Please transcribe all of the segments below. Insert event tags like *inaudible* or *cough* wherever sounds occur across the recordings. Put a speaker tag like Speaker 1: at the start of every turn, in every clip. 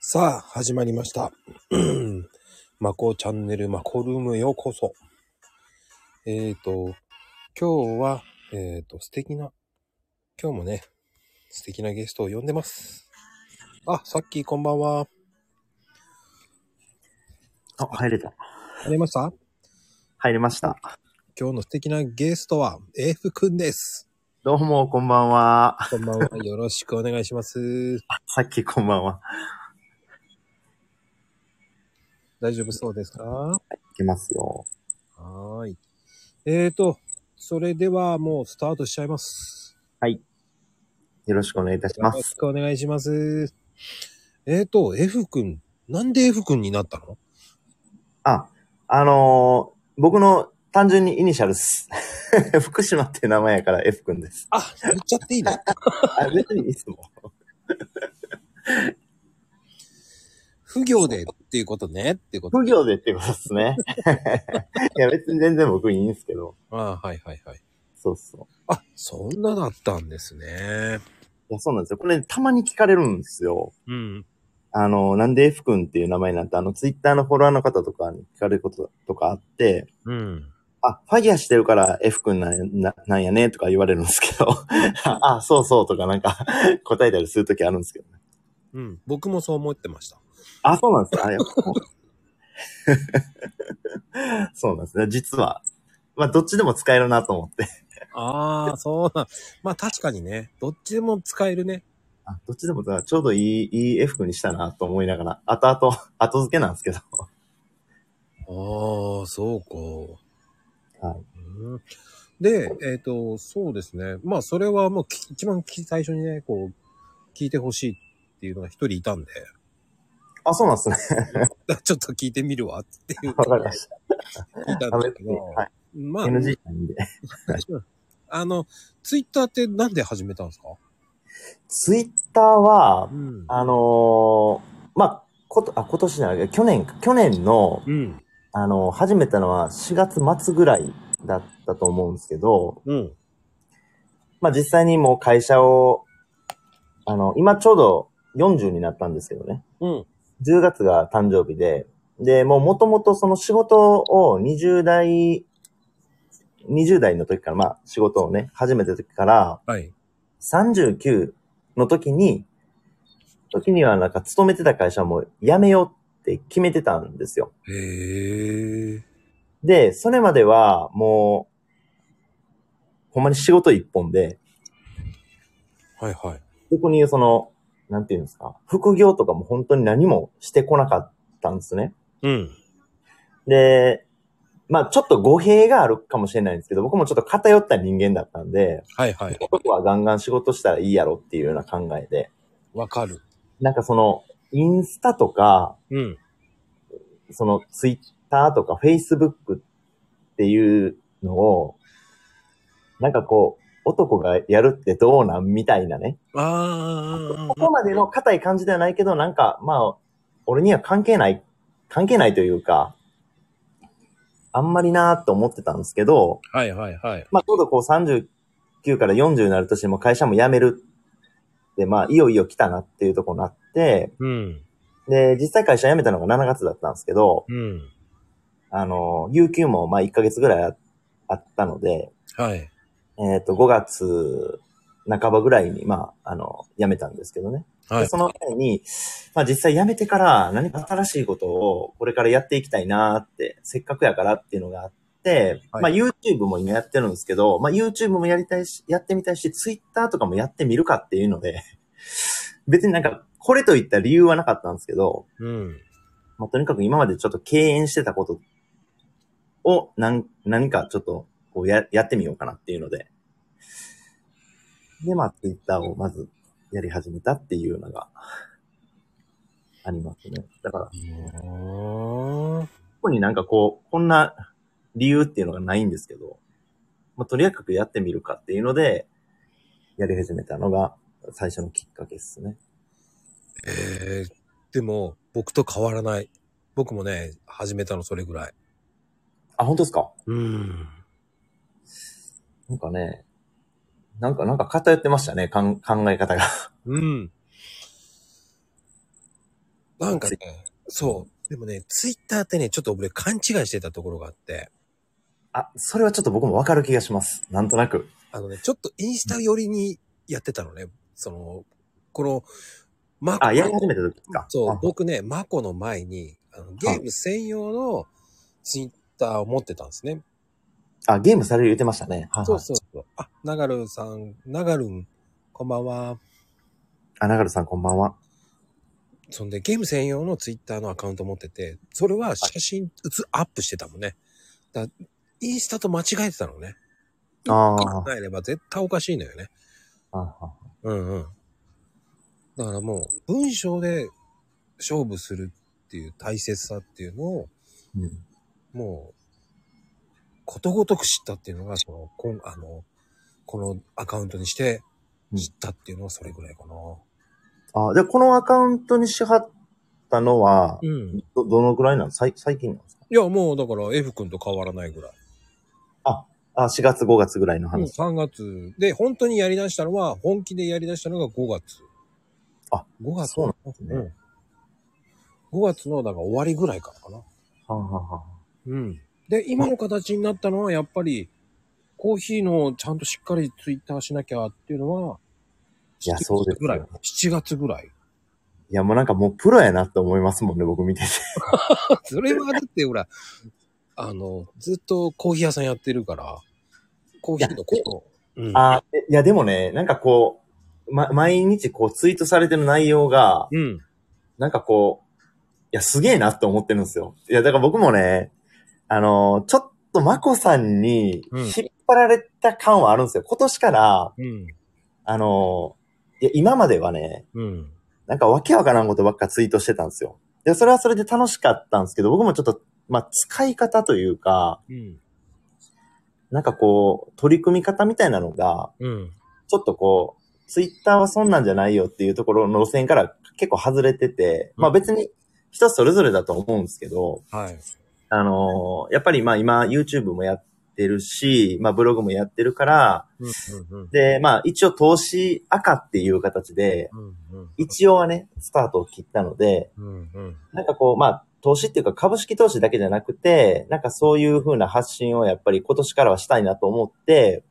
Speaker 1: さあ、始まりました。マコチャンネルマコルームへようこそ。えっ、ー、と、今日は、えっ、と、素敵な、今日もね、素敵なゲストを呼んでます。あ、さっきこんばんは。
Speaker 2: あ、入れた。
Speaker 1: ありました
Speaker 2: 入れました。
Speaker 1: 今日の素敵なゲストは、エフくんです。
Speaker 2: どうも、こんばんは。
Speaker 1: こんばんは。よろしくお願いします。
Speaker 2: さっきこんばんは。
Speaker 1: 大丈夫そうですか
Speaker 2: いきますよ。
Speaker 1: はーい。えーと、それではもうスタートしちゃいます。
Speaker 2: よろしくお願いいたし
Speaker 1: よ
Speaker 2: ま
Speaker 1: ろ
Speaker 2: す。
Speaker 1: しくお願いします。えーと、F 君、なんで F 君になったの
Speaker 2: あ、あのー僕の単純にイニシャルっす。 *laughs* 福島っていう名前やから F 君です。
Speaker 1: あ、言っちゃっていいの
Speaker 2: あ、別にいいっすもん。
Speaker 1: *laughs* 不行でっていうことねっていうこと。
Speaker 2: 副業でっていうことっすね。 *laughs* いや、別に全然僕いいんですけど。
Speaker 1: あーはいはいはい。
Speaker 2: そうそう。
Speaker 1: あ、そんなだったんですね。
Speaker 2: いや、そうなんですよ。これ、たまに聞かれるんですよ。
Speaker 1: うん。
Speaker 2: あのー、なんで F 君っていう名前になったあの、ツイッターのフォロワーの方とかに聞かれることとかあって、
Speaker 1: うん。
Speaker 2: あ、ファギアしてるから F 君なんやななんやねとか言われるんですけど、 *laughs* あ、そうそうとかなんか答えたりするときあるんですけどね。
Speaker 1: うん。僕もそう思ってました。
Speaker 2: あ、そうなんですかあやっぱ *laughs* そうなんですね。実は。まあ、どっちでも使えるなと思って。
Speaker 1: ああ、そうなん。 *laughs* まあ確かにね、どっちでも使えるね。
Speaker 2: あ、どっちでも使えるちょうどいい、いい F 君にしたなと思いながら、後々、後付けなんですけど。
Speaker 1: ああ、そうか。
Speaker 2: はい
Speaker 1: うんで、えっ、と、そうですね。まあ、それはもうき一番き最初にね、こう、聞いてほしいっていうのが一人いたんで、 *laughs*
Speaker 2: あ、そうなんですね。
Speaker 1: ちょっと聞いてみるわっていう
Speaker 2: わかりました。
Speaker 1: 聞いたん
Speaker 2: あ
Speaker 1: です
Speaker 2: 別
Speaker 1: け
Speaker 2: に
Speaker 1: ど、
Speaker 2: はい。
Speaker 1: まあ、
Speaker 2: NG なんで。
Speaker 1: あの、ツイッターってなんで始めたんですか
Speaker 2: ツイッターは
Speaker 1: う、ん。
Speaker 2: あのーまあ、こと、あ、今年じゃない、去年か、去年の、
Speaker 1: うん。
Speaker 2: あの、始めたのは4月末ぐらいだったと思うんですけど、
Speaker 1: うん。
Speaker 2: まあ実際にもう会社を、あの、今ちょうど40になったんですけどね、
Speaker 1: うん。
Speaker 2: 10月が誕生日で、で、もうもともとその仕事を20代、20代の時から、まあ仕事をね、始めた時から、
Speaker 1: はい。
Speaker 2: 39の時に、時にはなんか勤めてた会社も辞めようって決めてたんですよ。
Speaker 1: へえ。
Speaker 2: で、それまではもう、ほんまに仕事一本で、
Speaker 1: はいはい。
Speaker 2: 特にその、なんていうんですか、副業とかも本当に何もしてこなかったんですね。
Speaker 1: うん。
Speaker 2: で、まあちょっと語弊があるかもしれないんですけど、僕もちょっと偏った人間だったんで、
Speaker 1: はいはい。
Speaker 2: 僕はガンガン仕事したらいいやろっていうような考えで、
Speaker 1: わかる。
Speaker 2: なんかその、インスタとか、
Speaker 1: うん。
Speaker 2: そのツイッターとかフェイスブックっていうのを、なんかこう、男がやるってどうなんみたいなね。
Speaker 1: あ
Speaker 2: ここまでの硬い感じではないけど、なんか、まあ、俺には関係ない、関係ないというか、あんまりなーと思ってたんですけど、
Speaker 1: あ。はいはいはい。
Speaker 2: まあ、ちょうどこう39から40になる年にもう会社も辞めるで、まあ、いよいよ来たなっていうところになって、
Speaker 1: うん。
Speaker 2: で、実際会社辞めたのが7月だったんですけど、
Speaker 1: うん。
Speaker 2: あの、有給もまあ1ヶ月ぐらいああったので、
Speaker 1: はい。
Speaker 2: えっ、と、5月半ばぐらいに、まあ、あの、辞めたんですけどね。
Speaker 1: は
Speaker 2: で
Speaker 1: い。
Speaker 2: その前に、まあ実際辞めてから何か新しいことをこれからやっていきたいなーって、せっかくやからっていうのがあって、
Speaker 1: はい
Speaker 2: まあ YouTube も今やってるんですけど、まあ YouTube もやりたいし、やってみたいし、Twitter とかもやってみるかっていうので、別になんかこれといった理由はなかったんですけど、
Speaker 1: うん。
Speaker 2: まあとにかく今までちょっと敬遠してたことを何何かちょっとこうややってみようかなっていうので、でまあ Twitter をまずやり始めたっていうのがありますね。だから、
Speaker 1: あ
Speaker 2: ここになんかこう、こんな理由っていうのがないんですけど、まあ、とりあえずやってみるかっていうので、やり始めたのが最初のきっかけですね。
Speaker 1: えー、でも、僕と変わらない。僕もね、始めたのそれぐらい。
Speaker 2: あ、本当ですか
Speaker 1: うん。
Speaker 2: なんかね、なんか、なんか偏ってましたね、かん考え方が。
Speaker 1: うん。なんかね、そう。でもね、ツイッターってね、ちょっと俺勘違いしてたところがあって、
Speaker 2: あ、それはちょっと僕もわかる気がします。なんとなく。
Speaker 1: あのね、ちょっとインスタ寄りにやってたのね。その、この、マ
Speaker 2: あ、やり始めた時ですか。
Speaker 1: そう
Speaker 2: あ、
Speaker 1: 僕ね、マコの前に、あのゲーム専用のツイッターを持ってたんですね。
Speaker 2: あ、ゲームされる言ってましたね。はいはい
Speaker 1: そうそうそう。あ、ながるんさん、ながるん、こんばんは。
Speaker 2: あ、ながるさんこんばんは。
Speaker 1: そんで、ゲーム専用のツイッターのアカウント持ってて、それは写真、うつ、アップしてたもんね。だインスタと間違えてたのね。
Speaker 2: あ
Speaker 1: *laughs*
Speaker 2: ー
Speaker 1: 考えれば絶対おかしいのよね。
Speaker 2: ああ
Speaker 1: うんうん。だからもう、文章で勝負するっていう大切さっていうのを、
Speaker 2: うん
Speaker 1: もう、ことごとく知ったっていうのが、その、こんあの、このアカウントにして
Speaker 2: うん
Speaker 1: 知ったっていうのはそれぐらいかな。
Speaker 2: あ、で、このアカウントにしはったのは、
Speaker 1: うん。い
Speaker 2: ど、どのくらいなの最最近なんですか
Speaker 1: や、もうだから F 君と変わらないぐらい。
Speaker 2: あ、4月5月ぐらいの
Speaker 1: うん、
Speaker 2: 話。
Speaker 1: 3月で、本当にやり出したのは、本気でやり出したのが5月。
Speaker 2: あ、
Speaker 1: 5月。
Speaker 2: そうなんですね
Speaker 1: うん。5月の、だから終わりぐらいからかな。
Speaker 2: はあはあはあ
Speaker 1: うん。で、今の形になったのは、やっぱり、コーヒーのちゃんとしっかりツイッターしなきゃっていうのは、
Speaker 2: いやそうです
Speaker 1: ぐ
Speaker 2: よ
Speaker 1: らい。7月ぐらい。
Speaker 2: いや、もうなんかもうプロやなって思いますもんね、僕見てて。
Speaker 1: それはだって、ほら、あの、ずっとコーヒー屋さんやってるから、コーヒーのこと。うん。
Speaker 2: あえいや、でもね、なんかこう、ま、毎日こうツイートされてる内容が、
Speaker 1: うん。
Speaker 2: なんかこう、いや、すげえなって思ってるんですよ。いや、だから僕もね、あのーちょっとマコさんに
Speaker 1: うん
Speaker 2: 引っ張られた感はあるんですよ。今年から、
Speaker 1: うん。
Speaker 2: あのーいや、今まではね、
Speaker 1: うん。
Speaker 2: なんかわけわからんことばっかツイートしてたんですよ。で、それはそれで楽しかったんですけど、僕もちょっと、まあ、使い方というか、
Speaker 1: うん。
Speaker 2: なんかこう、取り組み方みたいなのが、
Speaker 1: うん。
Speaker 2: ちょっとこう、ツイッターはそんなんじゃないよっていうところの路線から結構外れてて、まあ別に人それぞれだと思うんですけど、
Speaker 1: はい。
Speaker 2: あのーやっぱりまあ今 YouTube もやってるし、まあブログもやってるから、
Speaker 1: うん。うん。
Speaker 2: で、まあ一応投資赤っていう形で、
Speaker 1: うん。うん。
Speaker 2: 一応はね、スタートを切ったので、
Speaker 1: うん。うん。
Speaker 2: なんかこう、まあ、投資っていうか株式投資だけじゃなくて、なんかそういう風な発信をやっぱり今年からはしたいなと思って、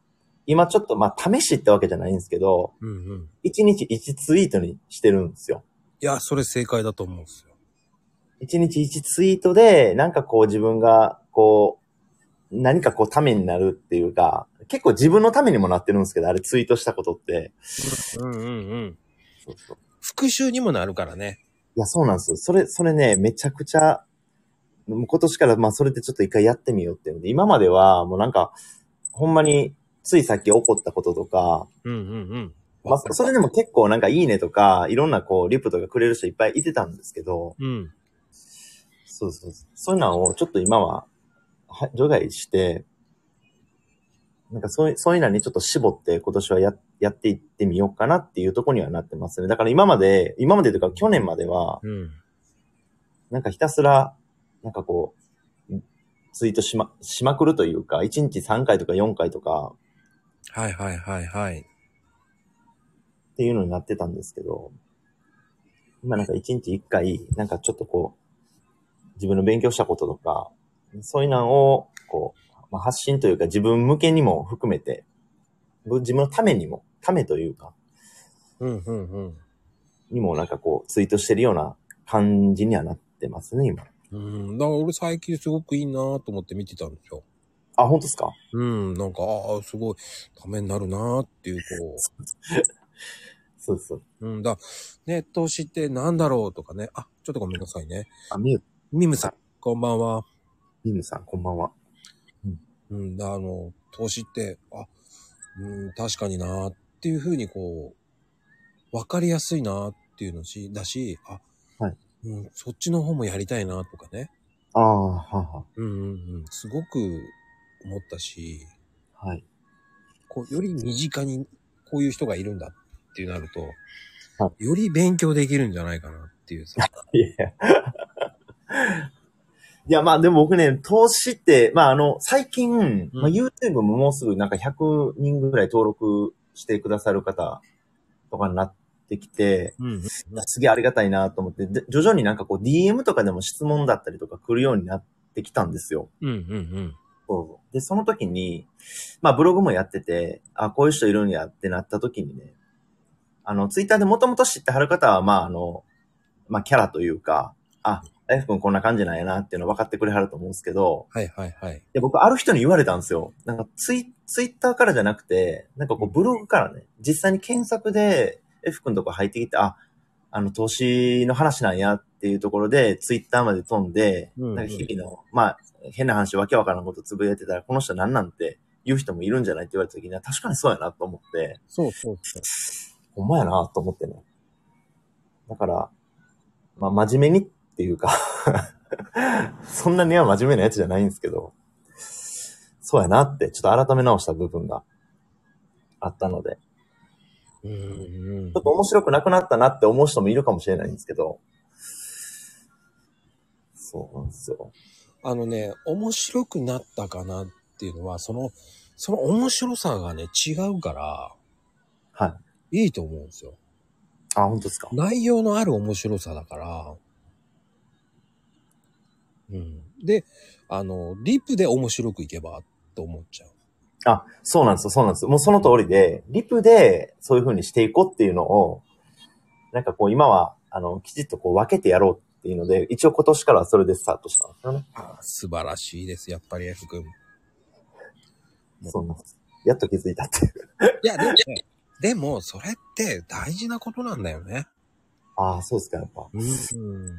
Speaker 2: 今ちょっとまあ試しってわけじゃないんですけど、
Speaker 1: うん。うん。
Speaker 2: 1日1ツイートにしてるんですよ。
Speaker 1: いや、それ正解だと思うんですよ。
Speaker 2: 1日1ツイートで、なんかこう自分が、こう、何かこうためになるっていうか、結構自分のためにもなってるんですけど、あれツイートしたことって。
Speaker 1: うんうんうん。
Speaker 2: そうそう
Speaker 1: 復習にもなるからね。
Speaker 2: いや、そうなんですよ。それ、それね、めちゃくちゃ、もう今年からまあそれでちょっと一回やってみようっていうので、今まではもうなんか、ほんまについさっき起こったこととか、
Speaker 1: うんうんうん。
Speaker 2: まあそれでも結構なんかいいねとか、いろんなこうリプとかくれる人いっぱいいてたんですけど、
Speaker 1: うん。
Speaker 2: そうそうそう。そういうのをちょっと今は、は除外して、なんかそういう、そういうのにちょっと絞って今年はや、やっていってみようかなっていうところにはなってますね。だから今まで、今までというか去年までは、
Speaker 1: うん。
Speaker 2: なんかひたすら、なんかこう、ツイートしま、しまくるというか、1日3回とか4回とか
Speaker 1: はいはいはいはい。
Speaker 2: っていうのになってたんですけど、今なんか1日1回、なんかちょっとこう、自分の勉強したこととか、そういうのを、こう、まあ、発信というか自分向けにも含めて、ぶ自分のためにも、ためというか、
Speaker 1: うんうんうん。
Speaker 2: にもなんかこう、ツイートしてるような感じにはなってますね、今。
Speaker 1: うん、だから俺最近すごくいいなと思って見てたんですよ。
Speaker 2: あ、本当ですか
Speaker 1: うん、なんか、ああ、すごい、ためになるなっていう、こ
Speaker 2: そうそう。
Speaker 1: う、うんだ、ネットしてなんだろうとかね。あ、ちょっとごめんなさいね。
Speaker 2: あ、みゆ、
Speaker 1: ミムさん、こんばんは。
Speaker 2: みゆさん、こんばんは。
Speaker 1: うん、だあの、投資って、あ、うん、確かになっていうふうにこう、わかりやすいなっていうのし、だし、あ、
Speaker 2: はい
Speaker 1: うん、そっちの方もやりたいなとかね。
Speaker 2: ああ、は
Speaker 1: うんうんうん、すごく思ったし、
Speaker 2: あ、はい。
Speaker 1: こう、より身近にこういう人がいるんだってなると、
Speaker 2: は
Speaker 1: より勉強できるんじゃないかなっていうさ。
Speaker 2: いやい *laughs* や。いや、まあでも僕ね、投資って、まああの、最近、まあ、YouTube ももうすぐなんか100人ぐらい登録してくださる方とかになっってきて、
Speaker 1: うん。
Speaker 2: いやすげえありがたいなと思って、で徐々になんかこう DM とかでも質問だったりとか来るようになってきたんですよ。
Speaker 1: うん。うん。
Speaker 2: そうで、その時に、まあブログもやってて、あ、こういう人いるんやってなった時にね、あの、ツイッターでもともと知ってはる方は、まああの、まあキャラというか、あ、ライフ君こんな感じなんやなっていうの分かってくれはると思うんですけど、
Speaker 1: はいはいはい。
Speaker 2: で、僕ある人に言われたんですよ。なんかツイツイッターからじゃなくて、なんかこうブログからね、実際に検索で F 君とか入ってきて、あ、あの投資の話なんやっていうところでツイッターまで飛んで、
Speaker 1: うんうん
Speaker 2: なんか日々の、まあ変な話、わけわからんことつぶやいてたら、この人なんなんて言う人もいるんじゃないって言われた時には、確かにそうやなと思って、
Speaker 1: そうそうそう。
Speaker 2: ほんまやなと思ってね。だから、まあ真面目にっていうか、 *laughs* そんなには真面目なやつじゃないんですけど、そうやなって、ちょっと改め直した部分があったので、
Speaker 1: うんうん
Speaker 2: ちょっと面白くなくなったなって思う人もいるかもしれないんですけど、そうなんですよ。
Speaker 1: あのね、面白くなったかなっていうのは、その、その面白さがね、違うから、
Speaker 2: はい。
Speaker 1: いいと思うんですよ。
Speaker 2: あ、本当ですか。
Speaker 1: 内容のある面白さだから。うん。で、あの、リップで面白くいけば、と思っちゃう。
Speaker 2: あ、そうなんですよ、そうなんですよ。もうその通りで、リプでそういう風にしていこうっていうのを、なんかこう今は、あの、きちっとこう分けてやろうっていうので、一応今年からはそれでスタートしたんですよね。
Speaker 1: 素晴らしいです、やっぱり F 君。うん
Speaker 2: そうなんです。やっと気づいたっていう。
Speaker 1: い
Speaker 2: *laughs*
Speaker 1: や、でもね、でも、それって大事なことなんだよね。
Speaker 2: ああ、そうですか、やっぱ。
Speaker 1: うん。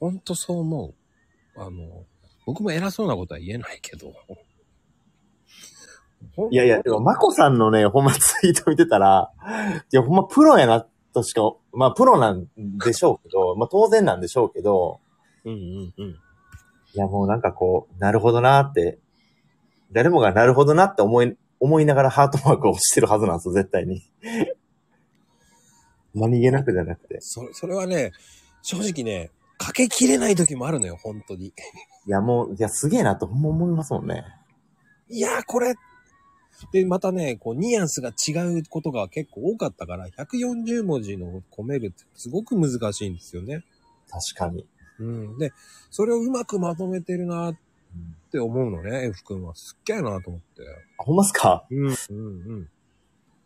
Speaker 1: ほんとそう思う。あの、僕も偉そうなことは言えないけど。ほん
Speaker 2: いやいや、でも、まこさんのね、ほんまツイート見てたら、いや、ほんまプロやなとしか、まあプロなんでしょうけど、まあ当然なんでしょうけど、
Speaker 1: うんうんうん。
Speaker 2: いや、もうなんかこう、なるほどなーって、誰もがなるほどなって思い、思いながらハートマークを押してるはずなんですよ、絶対に。 *laughs* 何気なくじゃなくて。
Speaker 1: そそれはね、正直ね、かけきれない時もあるのよ、本当に。 *laughs*
Speaker 2: いや、もう、いや、すげえなとほんま思いますもんね。
Speaker 1: いやー、これ。で、またね、こう、ニュアンスが違うことが結構多かったから、140文字の込めるってすごく難しいんですよね。
Speaker 2: 確かに。
Speaker 1: うん。で、それをうまくまとめてるなっ
Speaker 2: うん
Speaker 1: て思うのね、F 君は。すっげえなと思って。
Speaker 2: あほんまっすか
Speaker 1: うん、うん、うん。
Speaker 2: い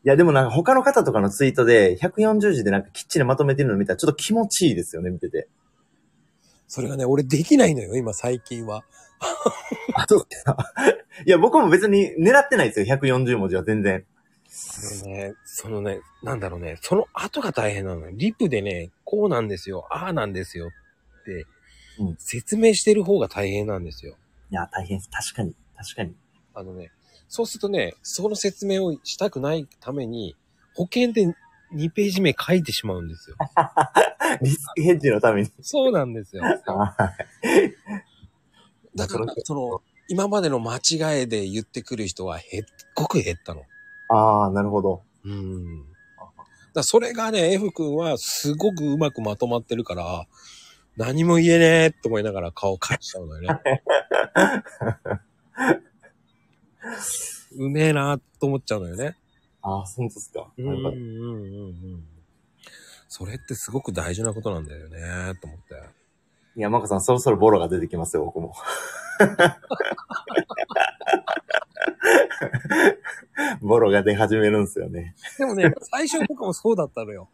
Speaker 2: や、でもなんか他の方とかのツイートで、140字でなんかきっちりまとめてるの見たら、ちょっと気持ちいいですよね、見てて。
Speaker 1: それがね、俺できないのよ、今最近は。
Speaker 2: あ、そうか。 *laughs* いや、僕も別に狙ってないですよ、140文字は全
Speaker 1: あ
Speaker 2: 然。
Speaker 1: のね、そのね、なんだろうね、その後が大変なのよ。リプでね、こうなんですよ、ああなんですよって
Speaker 2: うん、
Speaker 1: 説明してる方が大変なんですよ。
Speaker 2: いや、大変です。確かに。確かに。
Speaker 1: あのね、そうするとね、その説明をしたくないために、保険で2ページ目書いてしまうんですよ。
Speaker 2: リスクヘッジのために。
Speaker 1: そうなんですよ。だから、その、今までの間違いで言ってくる人は、へっごく減ったの。
Speaker 2: ああ、なるほど。
Speaker 1: うん。だそれがね、F 君はすごくうまくまとまってるから、何も言えねえと思いながら顔返しちゃうのよ *laughs* ね。うめえなと思っちゃうのよね。
Speaker 2: ああ、そうですか。
Speaker 1: うんうんうんうん。それってすごく大事なことなんだよね、と思って。
Speaker 2: いや、マコさん、そろそろボロが出てきますよ、僕も。 *laughs* ボロが出始めるんですよね。
Speaker 1: *laughs* でもね、最初僕もそうだったのよ。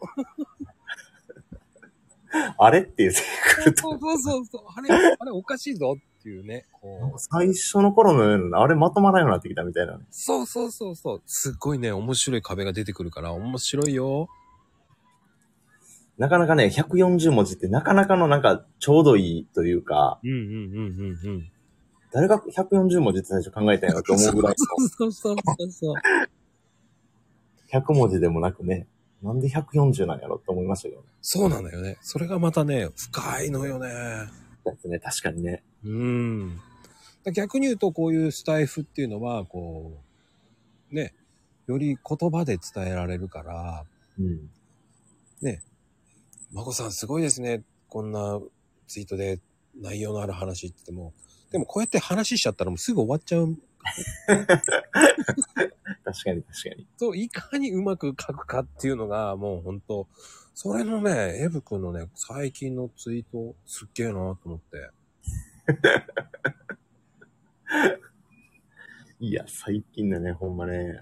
Speaker 2: あれってい
Speaker 1: *laughs*
Speaker 2: う。
Speaker 1: そうそうそうそう。あれ、あれおかしいぞっていうね。こう
Speaker 2: 最初の頃のような、あれまとまらなくなってきたみたいな。
Speaker 1: そうそうそうそう。すっごいね、面白い壁が出てくるから、面白いよ。
Speaker 2: なかなかね、140文字ってなかなかのなんか、ちょうどいいというか、
Speaker 1: うんうんうんうんうん。
Speaker 2: 誰が140文字って最初考えたんやろと思う
Speaker 1: *laughs*
Speaker 2: ぐらい
Speaker 1: そうそうそうそう。
Speaker 2: の、100文字でもなくね、なんで140なんやろと思いましたけどね。
Speaker 1: そうなんだよね。それがまたね、深いのよね。
Speaker 2: ですね、確かにね。
Speaker 1: うん。逆に言うと、こういうスタイフっていうのは、こう、ね、より言葉で伝えられるから、
Speaker 2: うん。
Speaker 1: まこさんすごいですね。こんなツイートで内容のある話って言っても。でもこうやって話しちゃったらもうすぐ終わっちゃう
Speaker 2: 確かに確かに。
Speaker 1: そう、いかにうまく書くかっていうのが、もう本当それのね、エブ君のね、最近のツイート、すっげえなと思って。
Speaker 2: いや、最近だね、ほんまね。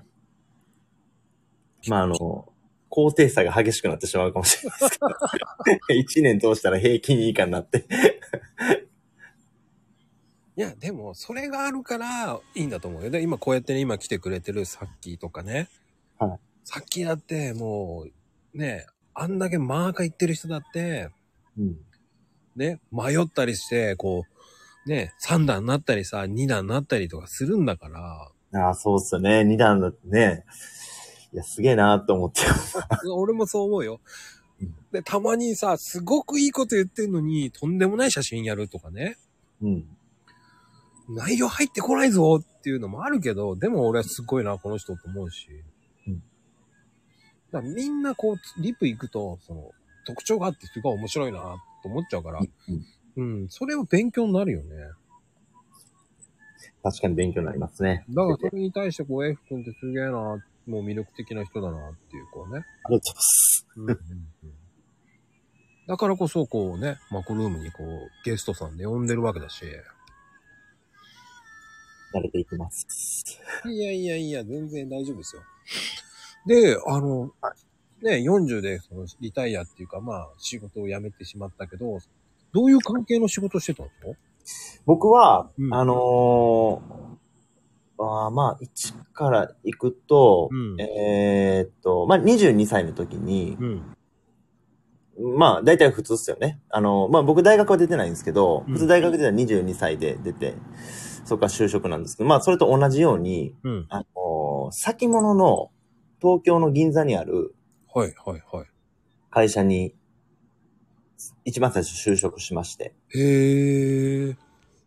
Speaker 2: まあ、あの、高低差が激しくなってしまうかもしれないですけど。 *laughs* 一年通したら平均以下になって。
Speaker 1: いや、でも、それがあるから、いいんだと思うよ。で、今こうやってね、今来てくれてるさっきとかね。
Speaker 2: はい。
Speaker 1: さっきだって、もう、ね、あんだけマーカー行ってる人だって、
Speaker 2: うん。
Speaker 1: ね、迷ったりして、こう、ね、3段になったりさ、2段になったりとかするんだから、
Speaker 2: *laughs* ああ、そうっすよね。二段だね。いや、すげえなと思って。
Speaker 1: 俺もそう思うよ
Speaker 2: うん。
Speaker 1: で、たまにさ、すごくいいこと言ってんのに、とんでもない写真やるとかね、
Speaker 2: うん。
Speaker 1: 内容入ってこないぞっていうのもあるけど、でも俺はすごいな、この人と思うし。
Speaker 2: うん
Speaker 1: だからみんなこう、リプ行くと、その、特徴があってすごい面白いなと思っちゃうから、
Speaker 2: うん
Speaker 1: うん、それは勉強になるよね。
Speaker 2: 確かに勉強になりますね。
Speaker 1: だからそれに対してこう、F 君ってすげえなもう魅力的な人だなっていう、こうね。
Speaker 2: ありがとうございます。
Speaker 1: だからこそ、こうね、マコルームにこう、ゲストさんで呼んでるわけだし。い
Speaker 2: 慣れていきます。
Speaker 1: やいやいや、全然大丈夫ですよ。で、あの、ね、40でそのリタイアっていうか、まあ、仕事を辞めてしまったけど、どういう関係の仕事してたんですか
Speaker 2: 僕は、
Speaker 1: うん
Speaker 2: あのーあーまあ、1から行くと、
Speaker 1: うん
Speaker 2: えーっと、まあ、22歳の時に、
Speaker 1: ん。
Speaker 2: まあ、大体普通っすよね。あの、まあ、僕大学は出てないんですけど、
Speaker 1: うん
Speaker 2: 普通大学出たら22歳で出て、そこから就職なんですけど、まあ、それと同じように、
Speaker 1: うん。
Speaker 2: あの、先物の東京の銀座にある
Speaker 1: はいはいはい。
Speaker 2: 会社に、一番最初就職しまして。
Speaker 1: へえ。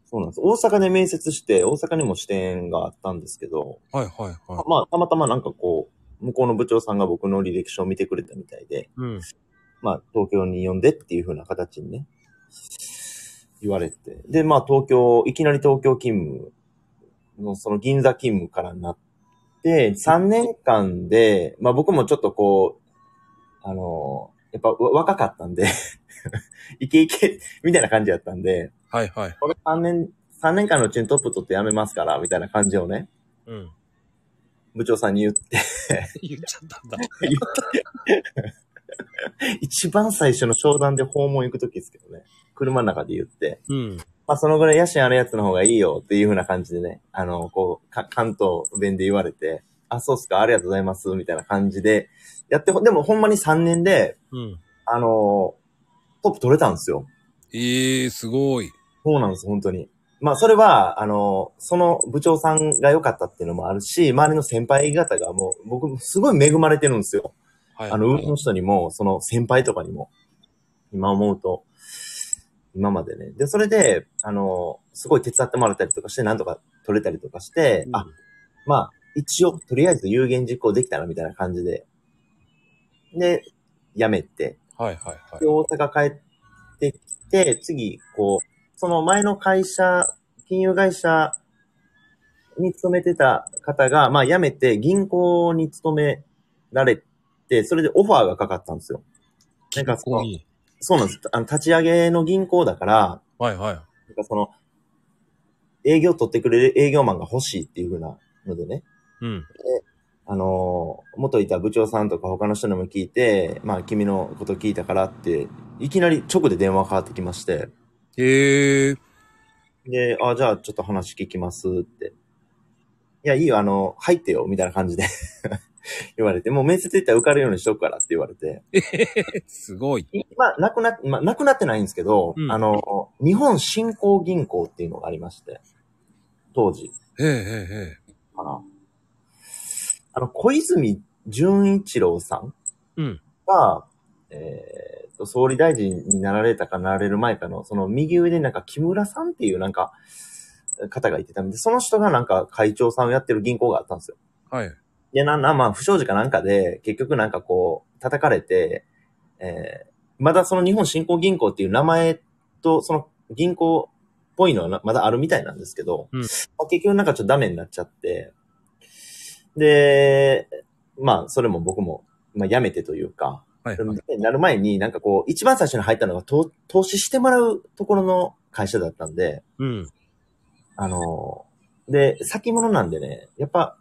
Speaker 2: そうなんです。大阪で面接して、大阪にも支店があったんですけど、
Speaker 1: はいはいはい。
Speaker 2: まあ、たまたまなんかこう、向こうの部長さんが僕の履歴書を見てくれたみたいで、
Speaker 1: うん。
Speaker 2: まあ、東京に呼んでっていう風な形にね、言われて。で、まあ、東京、いきなり東京勤務の、その銀座勤務からなって、3年間で、まあ僕もちょっとこう、あの、やっぱわ若かったんで、 *laughs* イケイケみたいな感じやったんで、
Speaker 1: はいはい。
Speaker 2: これ3年、3年間のうちにトップ取って辞めますから、みたいな感じをね、
Speaker 1: うん。
Speaker 2: 部長さんに言って
Speaker 1: *laughs* 言っちゃったんだ。
Speaker 2: 言って一番最初の商談で訪問行くときですけどね。車の中で言って。
Speaker 1: うん。
Speaker 2: まあ、そのぐらい野心あるやつの方がいいよっていう風な感じでね。あの、こう、か関東弁で言われて、あ、そうっすか、ありがとうございます、みたいな感じで、やってほ、でもほんまに3年で、
Speaker 1: うん。
Speaker 2: あの、トップ取れたんですよ。
Speaker 1: ええすごい。
Speaker 2: そうなんです、本当に。まあ、それは、あの、その部長さんが良かったっていうのもあるし、周りの先輩方がもう、僕、すごい恵まれてるんですよ。
Speaker 1: はい。
Speaker 2: あの、上の人にも、その先輩とかにも、今思うと、今までね。で、それで、あの、すごい手伝ってもらったりとかして、なんとか取れたりとかして、
Speaker 1: うん
Speaker 2: あ、まあ、一応、とりあえず有言実行できたな、みたいな感じで。で、辞めて、
Speaker 1: はいはいはい
Speaker 2: で。大阪帰ってきて、次、こう、その前の会社、金融会社に勤めてた方が、まあ辞めて銀行に勤められて、それでオファーがかかったんですよ。なんかその、
Speaker 1: い
Speaker 2: そうなんです。あの、立ち上げの銀行だから、
Speaker 1: はいはい。
Speaker 2: なんかその、営業取ってくれる営業マンが欲しいっていうふうなのでね。
Speaker 1: うん。
Speaker 2: あの、元いた部長さんとか他の人にも聞いて、まあ君のこと聞いたからって、いきなり直で電話かかってきまして、
Speaker 1: へえ。
Speaker 2: で、あ、じゃあちょっと話聞きますって。いや、いいよ、あの、入ってよ、みたいな感じで *laughs* 言われて、もう面接行ったら受かるようにしとくからって言われて。
Speaker 1: すごい。
Speaker 2: まあ、なくな、まあ、なくなってないんですけど、
Speaker 1: うん
Speaker 2: あの、日本振興銀行っていうのがありまして、当時
Speaker 1: へえへ
Speaker 2: かな。あの、小泉純一郎さん
Speaker 1: えへえ。うん。
Speaker 2: が、えーっと、総理大臣になられたかなられる前かの、その右上でなんか木村さんっていうなんか、方がいてたんで、その人がなんか会長さんをやってる銀行があったんですよ。
Speaker 1: はい。
Speaker 2: で、なんな、まあ、不祥事かなんかで、結局なんかこう、叩かれて、えーまだその日本振興銀行っていう名前と、その銀行ぽいのはなまだあるみたいなんですけど、
Speaker 1: うん
Speaker 2: まあ、結局なんかちょっとダメになっちゃって、で、まあ、それも僕も、まあ、やめてというか、
Speaker 1: はい
Speaker 2: それもなる前になんかこう、一番最初に入ったのが投投資してもらうところの会社だったんで、
Speaker 1: うん。
Speaker 2: あのーで、先物なんでね、やっぱ、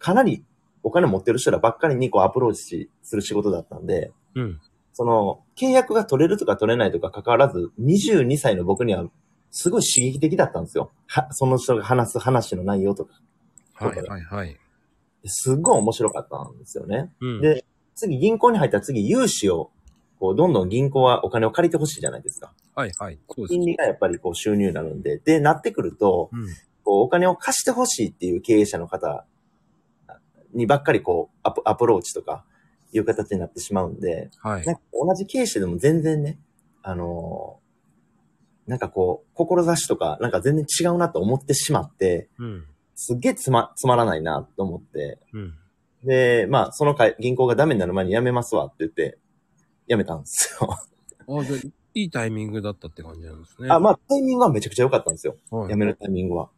Speaker 2: かなりお金持ってる人らばっかりにこうアプローチする仕事だったんで、
Speaker 1: うん。
Speaker 2: その、契約が取れるとか取れないとか関わらず、22歳の僕には、すごい刺激的だったんですよ。は、その人が話す話の内容とか。
Speaker 1: はいはいはい。
Speaker 2: すっごい面白かったんですよね。
Speaker 1: うん。
Speaker 2: で次、銀行に入ったら次、融資を、こう、どんどん銀行はお金を借りてほしいじゃないですか。
Speaker 1: はいはい。そうです
Speaker 2: 金
Speaker 1: ね。
Speaker 2: 利がやっぱりこう収入になるんで。で、なってくると、
Speaker 1: うん。
Speaker 2: こう、お金を貸してほしいっていう経営者の方にばっかりこう、アプアプローチとか、いう形になってしまうんで、
Speaker 1: はい
Speaker 2: なん。か同じ経営者でも全然ね、あのーなんかこう、志とか、なんか全然違うなと思ってしまって、
Speaker 1: うん。
Speaker 2: すっげえつま、つまらないなと思って、
Speaker 1: うん。
Speaker 2: で、まあ、その会銀行がダメになる前に辞めますわって言って、辞めたんですよ。
Speaker 1: あじゃあいいタイミングだったって感じなんですね。
Speaker 2: あ、まあ、タイミングはめちゃくちゃ良かったんですよ。
Speaker 1: あ、はい、
Speaker 2: 辞めるタイミングは。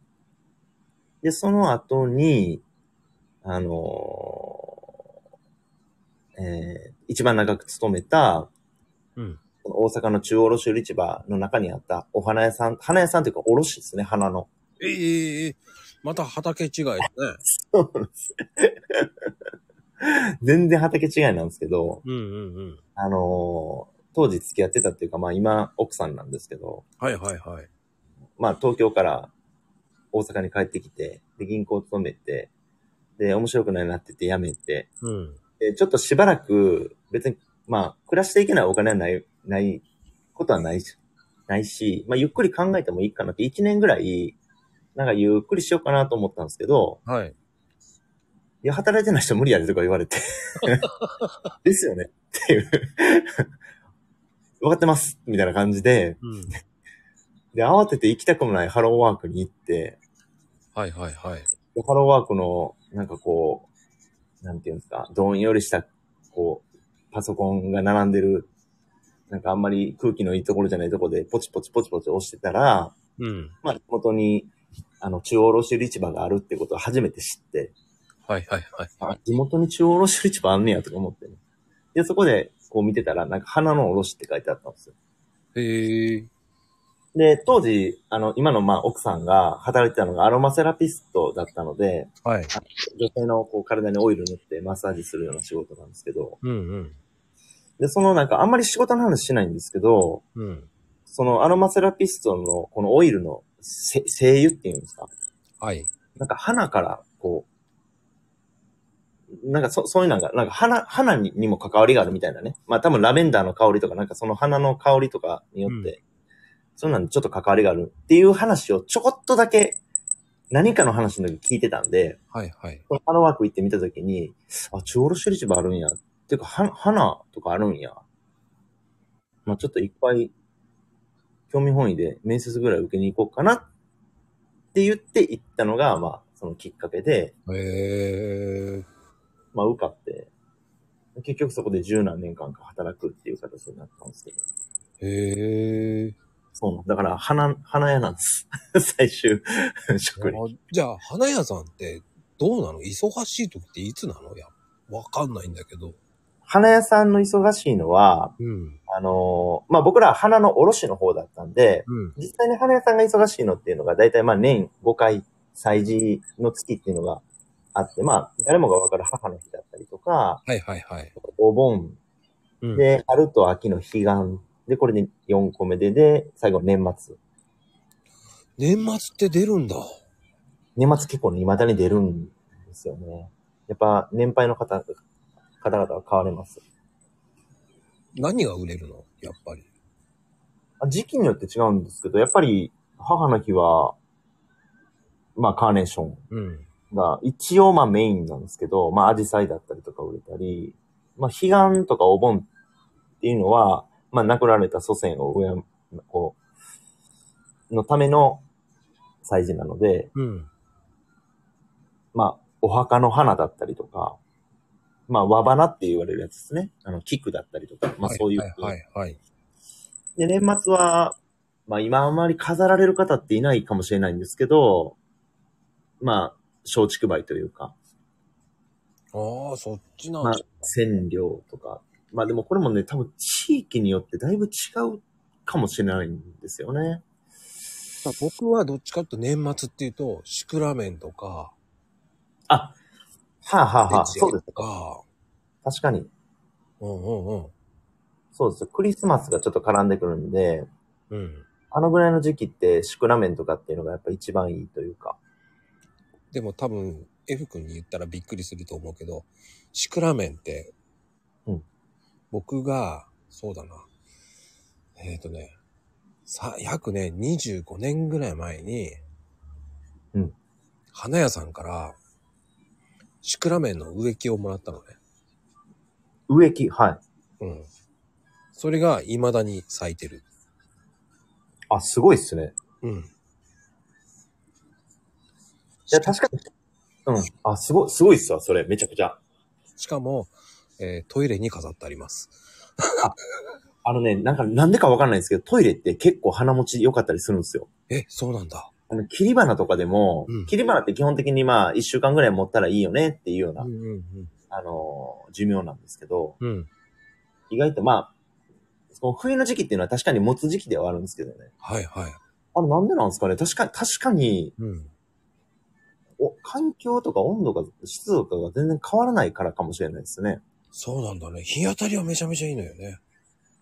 Speaker 2: で、その後に、あのーえー一番長く勤めた、
Speaker 1: うん
Speaker 2: 大阪の中央卸売市場の中にあったお花屋さん、花屋さんというか卸ですね、花の。
Speaker 1: ええええええまた畑違いですね。
Speaker 2: 全然畑違いなんですけど、
Speaker 1: うんうんうん。
Speaker 2: あのー当時付き合ってたっていうか、まあ今奥さんなんですけど、
Speaker 1: はいはいはい。
Speaker 2: まあ東京から大阪に帰ってきて、で銀行勤めて、で面白くないなって言って辞めて、
Speaker 1: うん。
Speaker 2: で、ちょっとしばらく、別に、まあ、暮らしていけないお金はない、ないことはないし、ないし、まあ、ゆっくり考えてもいいかなって、1年ぐらい、なんかゆっくりしようかなと思ったんですけど、
Speaker 1: はい。
Speaker 2: いや、働いてない人無理やでとか言われて。ですよねっていう。分かってますみたいな感じで、
Speaker 1: うん。
Speaker 2: で、慌てて行きたくもないハローワークに行って、
Speaker 1: はいはいはい。
Speaker 2: でハローワークの、なんかこう、なんていうんですか、どんよりした、こう、パソコンが並んでる、なんかあんまり空気のいいところじゃないところで、ポチポチポチポチ押してたら、
Speaker 1: うん。
Speaker 2: まあ、地元に、あの、中央卸売市場があるってことを初めて知って、
Speaker 1: はいはいはい。
Speaker 2: あ、地元に中央卸売市場あんねやとか思ってね。で、そこで、こう見てたら、なんか花の卸って書いてあったんですよ。
Speaker 1: へえ
Speaker 2: で、当時、あの、今のまあ奥さんが働いてたのがアロマセラピストだったので、
Speaker 1: はい。
Speaker 2: 女性のこう体にオイル塗ってマッサージするような仕事なんですけど、
Speaker 1: うんうん。
Speaker 2: で、そのなんかあんまり仕事の話しないんですけど、
Speaker 1: うん。
Speaker 2: そのアロマセラピストのこのオイルのせ精油っていうんですか
Speaker 1: はい。
Speaker 2: なんか花からこう、なんかそそういうのが、なんか花、花ににも関わりがあるみたいなね。まあ多分ラベンダーの香りとか、なんかその花の香りとかによって、
Speaker 1: う
Speaker 2: そういうのにちょっと関わりがあるっていう話をちょこっとだけ何かの話の時聞いてたんで、
Speaker 1: はいはい。
Speaker 2: このハローワーク行ってみたときに、あ、中卸売市場あるんや。てか、は、花とかあるんや。まあちょっといっぱい、興味本位で面接ぐらい受けに行こうかなって言って行ったのが、まあそのきっかけで、
Speaker 1: へえ
Speaker 2: まあ受かって、結局そこで十何年間か働くっていう形になったんですけど。
Speaker 1: へえ
Speaker 2: そうなんだから、花、花屋なんです。 *laughs* 最終職に。
Speaker 1: あじゃあ、花屋さんってどうなの忙しい時っていつなのいや、わかんないんだけど。
Speaker 2: 花屋さんの忙しいのは、
Speaker 1: うん。
Speaker 2: あのーまあ僕らは花の卸の方だったんで、
Speaker 1: うん。
Speaker 2: 実際に花屋さんが忙しいのっていうのが、だいたいまあ年5回、祭事の月っていうのがあって、まあ、誰もがわかる母の日だったりとか、
Speaker 1: はいはいはい。
Speaker 2: お盆
Speaker 1: うん。
Speaker 2: で、春と秋の彼岸で、これで4個目で、で、最後年末。
Speaker 1: 年末って出るんだ。
Speaker 2: 年末結構ね、未だに出るんですよね。やっぱ、年配の方、方々は変われます。
Speaker 1: 何が売れるのやっぱり。
Speaker 2: あ時期によって違うんですけど、やっぱり、母の日は、まあ、カーネーション
Speaker 1: うん。
Speaker 2: が、一応まあメインなんですけど、まあアジサイだったりとか売れたり、まあ彼岸とかお盆っていうのは、まあ亡くなられた祖先を上、こう、のための祭事なので、
Speaker 1: うん。
Speaker 2: まあお墓の花だったりとか、まあ和花って言われるやつですね。あの、菊だったりとか、まあそういう。
Speaker 1: はいはいはいはい。
Speaker 2: で、年末は、まあ今あまり飾られる方っていないかもしれないんですけど、まあ、松竹梅というか、
Speaker 1: ああ、そっちなん
Speaker 2: まあ
Speaker 1: だ。、
Speaker 2: 染料とか。まあでもこれもね、多分地域によってだいぶ違うかもしれないんですよね。
Speaker 1: まあ僕はどっちかっていうと年末っていうと、シクラメンとか、
Speaker 2: あ、はあはあはあ、
Speaker 1: レチ
Speaker 2: そうです。
Speaker 1: とか、
Speaker 2: 確かに。
Speaker 1: うんうんうん。
Speaker 2: そうです。クリスマスがちょっと絡んでくるんで、
Speaker 1: うん。
Speaker 2: あのぐらいの時期ってシクラメンとかっていうのがやっぱ一番いいというか。
Speaker 1: でも多分、F 君に言ったらびっくりすると思うけど、シクラメンって、
Speaker 2: うん
Speaker 1: 僕が、そうだな。えっ、ー、とね、さ、約ね、25年ぐらい前に、
Speaker 2: うん
Speaker 1: 花屋さんから、シクラメンの植木をもらったのね。
Speaker 2: 植木、はい。
Speaker 1: うん。それが未だに咲いてる。
Speaker 2: あ、すごいっすね。
Speaker 1: うん。
Speaker 2: いや、確かに。うん。あ、すごい、すごいっすわ、それ。めちゃくちゃ。
Speaker 1: しかも、えートイレに飾ってあります。
Speaker 2: あのね、なんか、なんでかわかんないんですけど、トイレって結構鼻持ち良かったりするんですよ。
Speaker 1: え、そうなんだ。
Speaker 2: あの、切り花とかでも、
Speaker 1: うん
Speaker 2: 切り花って基本的にまあ、一週間ぐらい持ったらいいよねっていうような、
Speaker 1: うんうん
Speaker 2: あのー、寿命なんですけど、
Speaker 1: うん。うん。
Speaker 2: 意外とまあ、その冬の時期っていうのは確かに持つ時期ではあるんですけどね。
Speaker 1: はいはい。
Speaker 2: あれなんでなんですかね確かに、確かに、
Speaker 1: うん。
Speaker 2: お、環境とか温度が、湿度とかが全然変わらないからかもしれないですね。
Speaker 1: そうなんだね。日当たりはめちゃめちゃいいのよね。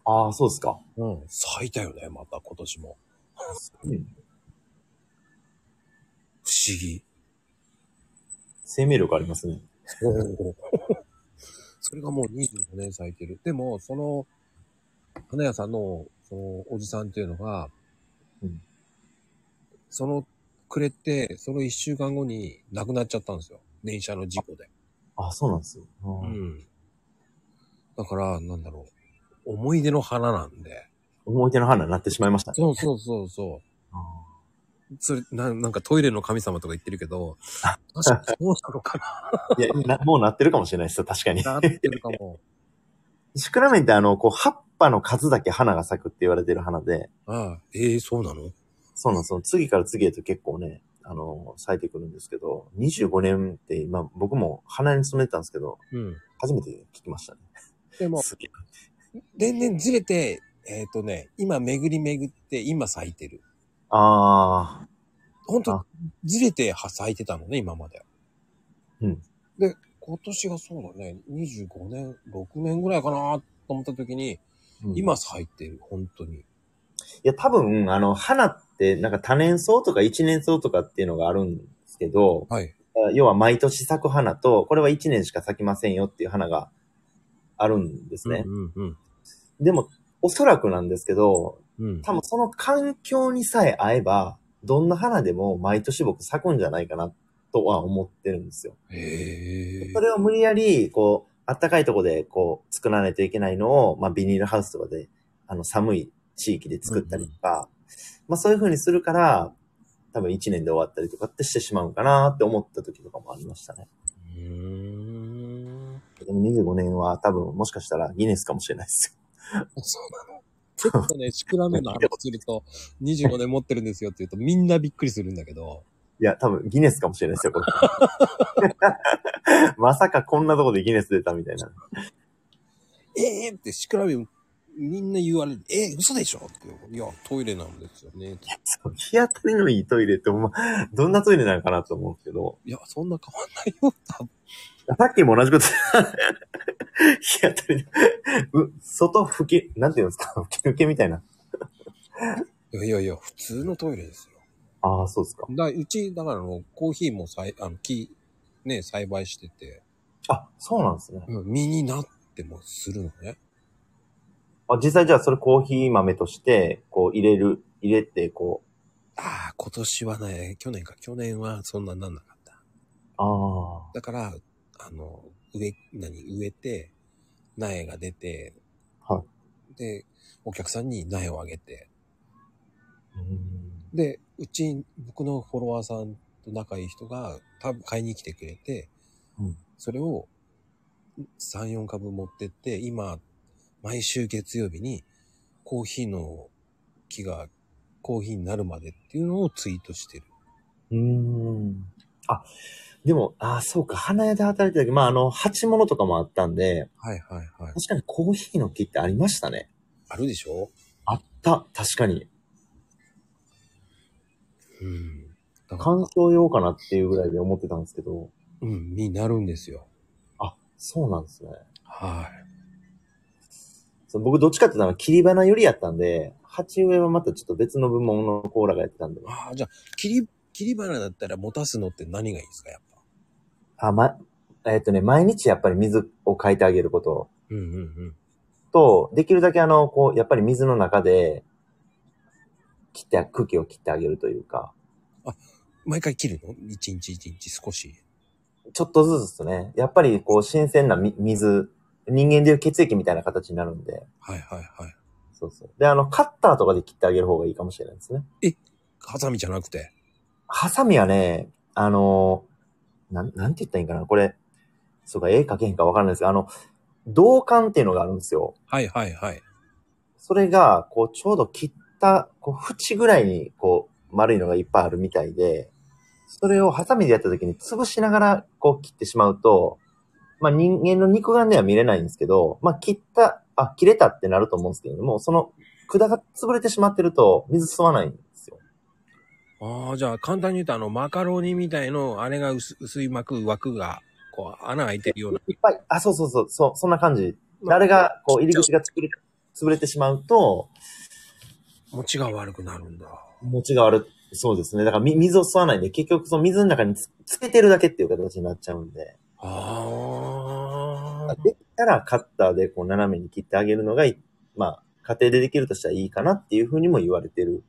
Speaker 2: ああ、そうですか。
Speaker 1: うん。咲いたよね、また今年も。
Speaker 2: うん
Speaker 1: 不思 *laughs* 議。
Speaker 2: 生命力ありますね。
Speaker 1: それがもう25年咲いてる。でも、その、花屋さんの、その、おじさんっていうのが、
Speaker 2: うん
Speaker 1: その、くれて、その1週間後に亡くなっちゃったんですよ。電車の事故で。
Speaker 2: ああ、そうなんですよ。うん
Speaker 1: うん。だから、なんだろう。思い出の花なんで。
Speaker 2: 思い出の花になってしまいましたね。
Speaker 1: そうそうそうそう。それな、なんかトイレの神様とか言ってるけ
Speaker 2: *laughs*
Speaker 1: ど、確かにそうなのか
Speaker 2: いやな、もうなってるかもしれないですよ、確かに。
Speaker 1: ななってるかも。 *laughs*
Speaker 2: シクラメンってあの、こう、葉っぱの数だけ花が咲くって言われてる花で、
Speaker 1: ああ、ええそうなの
Speaker 2: そうなんですよ。次から次へと結構ね、あの、咲いてくるんですけど、25年って今、僕も花に染めてたんですけど、
Speaker 1: うん。
Speaker 2: 初めて聞きましたね。
Speaker 1: でも、
Speaker 2: すげえ
Speaker 1: 年々ずれて、えっ、とね、今巡り巡って、今咲いてる。
Speaker 2: あ
Speaker 1: ほんと
Speaker 2: あ、
Speaker 1: ずれては咲いてたのね、今まで。
Speaker 2: うん。
Speaker 1: で、今年がそうだね、25年、6年ぐらいかなと思った時に、
Speaker 2: ー、うん
Speaker 1: 今咲いてる、本当に。
Speaker 2: いや、多分、あの、花って、なんか多年草とか一年草とかっていうのがあるんですけど、
Speaker 1: はい。
Speaker 2: 要は毎年咲く花と、これは一年しか咲きませんよっていう花があるんですね。
Speaker 1: うんうん
Speaker 2: でも、おそらくなんですけど、
Speaker 1: うん。うん。
Speaker 2: 多分その環境にさえ合えば、どんな花でも毎年僕咲くんじゃないかなとは思ってるんですよ。
Speaker 1: へえ
Speaker 2: そ。れを無理やり、こう、あったかいとこでこう作らないといけないのを、まあビニールハウスとかで、あの寒い地域で作ったりとか、まあそういう風にするから、多分一年で終わったりとかってしてしまうんかなって思った時とかもありましたね。
Speaker 1: うーん。
Speaker 2: でも25年は多分もしかしたらギネスかもしれないですよ。
Speaker 1: そうなの結構ね、シクラメンの話すると、25年持ってるんですよって言うと、みんなびっくりするんだけど、
Speaker 2: いや、多分ギネスかもしれないですよ、これ。まさかこんなとこでギネス出たみたいな。
Speaker 1: ええー、ってシクラメン、みんな言われる、えー、嘘でしょって、いや、トイレなんですよね。
Speaker 2: そう日当たりのいいトイレって、ほんま、どんなトイレなのかなと思うけど、
Speaker 1: いや、そんな変わんないよ、多分。
Speaker 2: さっきも同じこと *laughs* 日当たりの、う、外吹き、なんていうんですか、吹き抜けみたいな。
Speaker 1: いやいやいや、普通のトイレですよ。
Speaker 2: ああ、そうですか。
Speaker 1: だうち、だからあの、コーヒーもさいあの木、ね、栽培してて、
Speaker 2: あ、そうなんですね。
Speaker 1: うん実になってもするのね。
Speaker 2: あ実際じゃあそれコーヒー豆として、こう入れる、入れて、こう、
Speaker 1: ああ、今年はね、去年か、去年はそんななんなかった。
Speaker 2: あ
Speaker 1: だから、あの、植え、何、植えて、苗が出て、
Speaker 2: は
Speaker 1: で、お客さんに苗をあげて、
Speaker 2: あ、うん
Speaker 1: で、うち、僕のフォロワーさんと仲いい人が、多分買いに来てくれて、
Speaker 2: うん
Speaker 1: それを、3、4株持ってって、今、毎週月曜日に、コーヒーの木がコーヒーになるまでっていうのをツイートしてる。
Speaker 2: うーん。あ、でも、あ、そうか、花屋で働いてた時、まあ、あの、鉢物とかもあったんで、
Speaker 1: はいはいはい。
Speaker 2: 確かにコーヒーの木ってありましたね。
Speaker 1: あるでしょ
Speaker 2: あった、確かに。
Speaker 1: うん。だから、
Speaker 2: 観賞用かなっていうぐらいで思ってたんですけど、
Speaker 1: うん、になるんですよ。
Speaker 2: あ、そうなんですね。
Speaker 1: は
Speaker 2: そう僕、どっちかって言ったら、切り花よりやったんで、鉢植えはまたちょっと別の部門のコーラがやってたんで
Speaker 1: い。。ああ、じゃあ、切り、切り花だったら持たすのって何がいいですか、やっぱ。
Speaker 2: あ、ま、えっとね、毎日やっぱり水を変えてあげること
Speaker 1: うんうんうん。
Speaker 2: と、できるだけあの、こう、やっぱり水の中で、切って、茎を切ってあげるというか、
Speaker 1: 毎回切るの一日一日少し。
Speaker 2: ちょっとずつですね、やっぱりこう、新鮮なみ水、人間でいう血液みたいな形になるんで、
Speaker 1: はいはいはい。
Speaker 2: そうそう。で、あの、カッターとかで切ってあげる方がいいかもしれないですね。
Speaker 1: ハサミじゃなくて。
Speaker 2: ハサミはね、あの、なん、なんて言ったらいいんかな、これ、そうか、絵描けへんかわからないですけど、あの、銅管っていうのがあるんですよ。
Speaker 1: はいはいはい。
Speaker 2: それが、こう、ちょうど切った、こう、縁ぐらいに、こう、丸いのがいっぱいあるみたいで、それをハサミでやった時に潰しながら、こう、切ってしまうと、まあ、人間の肉眼では見れないんですけど、まあ、切った、あ、切れたってなると思うんですけれども、その、管が潰れてしまってると、水吸わないんですよ。
Speaker 1: ああ、じゃあ簡単に言うとあの、マカロニみたいの、あれが薄薄い膜、枠が、こう、穴開いてるよう *laughs* な。
Speaker 2: いっぱい、あ、そうそうそう、そう、そんな感じ。あれが、こう、入り口が潰れ、潰れてしまうと、
Speaker 1: 持ちが悪くなるんだ。
Speaker 2: 持ちが悪い。そうですね。だから、み水を吸わないんで、結局、その水の中につつけてるだけっていう形になっちゃうんで。
Speaker 1: ああ。
Speaker 2: できたらカッターでこう斜めに切ってあげるのがい、まあ、家庭でできるとしたらいいかなっていうふうにも言われてる。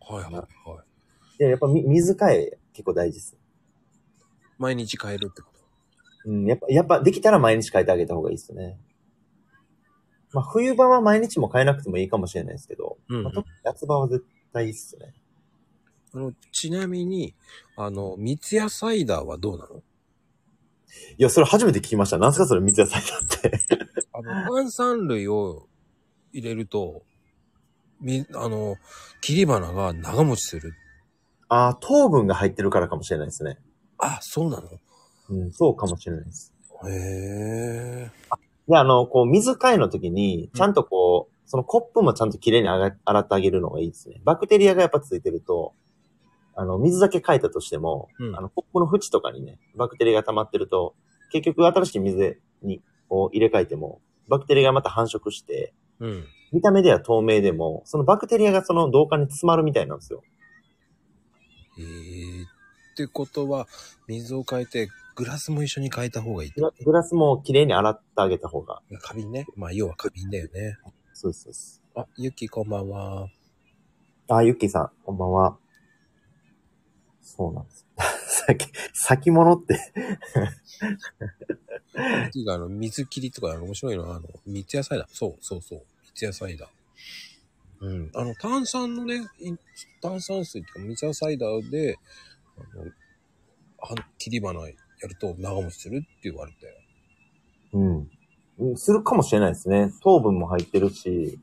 Speaker 1: はいはいはい。
Speaker 2: で、やっぱみ水替え結構大事です。
Speaker 1: 毎日変えるってこと。
Speaker 2: うん、やっぱ、やっぱできたら毎日変えてあげた方がいいですね。まあ、冬場は毎日も変えなくてもいいかもしれないですけど、
Speaker 1: うんうん
Speaker 2: まあ、特に夏場は絶対いいっすね。
Speaker 1: あの、ちなみに、あの、三ツ矢サイダーはどうなの
Speaker 2: いや、それ初めて聞きました。なんすかそれ水野さんだって。
Speaker 1: あの、炭酸類を入れると、み、あの、切り花が長持ちする。
Speaker 2: ああ、糖分が入ってるからかもしれないですね。
Speaker 1: あ、そうなの
Speaker 2: うん、そうかもしれないです。
Speaker 1: へえ。
Speaker 2: で、あの、こう、水替えの時に、ちゃんとこう、そのコップもちゃんときれいに洗い洗ってあげるのがいいですね。バクテリアがやっぱついてると、あの、水だけ替えたとしても、
Speaker 1: うん
Speaker 2: あの、コップの縁とかにね、バクテリアが溜まってると、結局新しい水に、を入れ替えても、バクテリアがまた繁殖して、
Speaker 1: うん。
Speaker 2: 見た目では透明でも、そのバクテリアがその銅管に詰まるみたいなんですよ。
Speaker 1: えー、ってことは、水を変えて、グラスも一緒に変えた方がいいって
Speaker 2: グ。ラグラスもきれいに洗ってあげた方が。
Speaker 1: 花瓶ね。まあ、要は花瓶だよね。
Speaker 2: そうですそうです。
Speaker 1: あ、ゆきこんばんは。
Speaker 2: あ、ゆっきーさん、こんばんは。そうなんです。 *laughs* 先、先物って、
Speaker 1: ゆきがあの、水切りとか、あの、面白いのは、あの、三ツ矢サイダー。そうそうそう。三ツ矢サイダー。うん。あの、炭酸のね、い炭酸水っていうか、三ツ矢サイダーで、あの、は切り花やると長持ちするって言われて。
Speaker 2: うん。するかもしれないですね。糖分も入ってるし。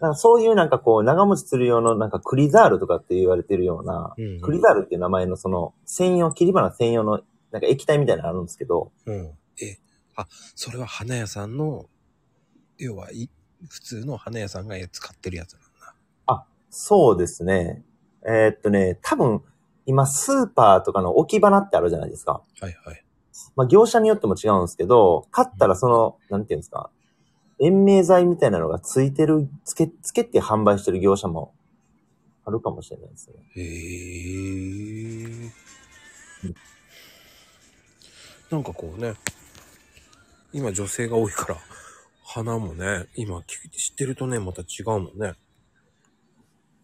Speaker 2: なんかそういうなんかこう、長持ちする用のなんかクリザールとかって言われてるような、
Speaker 1: うん
Speaker 2: クリザールっていう名前のその、専用、切り花専用のなんか液体みたいなのあるんですけど、
Speaker 1: うん。え、あ、それは花屋さんの、要は、い、普通の花屋さんが使ってるやつなんだ。
Speaker 2: そうですね。えーっとね、多分、今スーパーとかの置き花ってあるじゃないですか。
Speaker 1: はいはい。
Speaker 2: まあ業者によっても違うんですけど、買ったらその、なんていうんですか、延命剤みたいなのがついてる、つけ、つけて販売してる業者もあるかもしれないですね。
Speaker 1: へえ。なんかこうね、今女性が多いから、花もね、今聞いて知ってるとね、また違うもんね。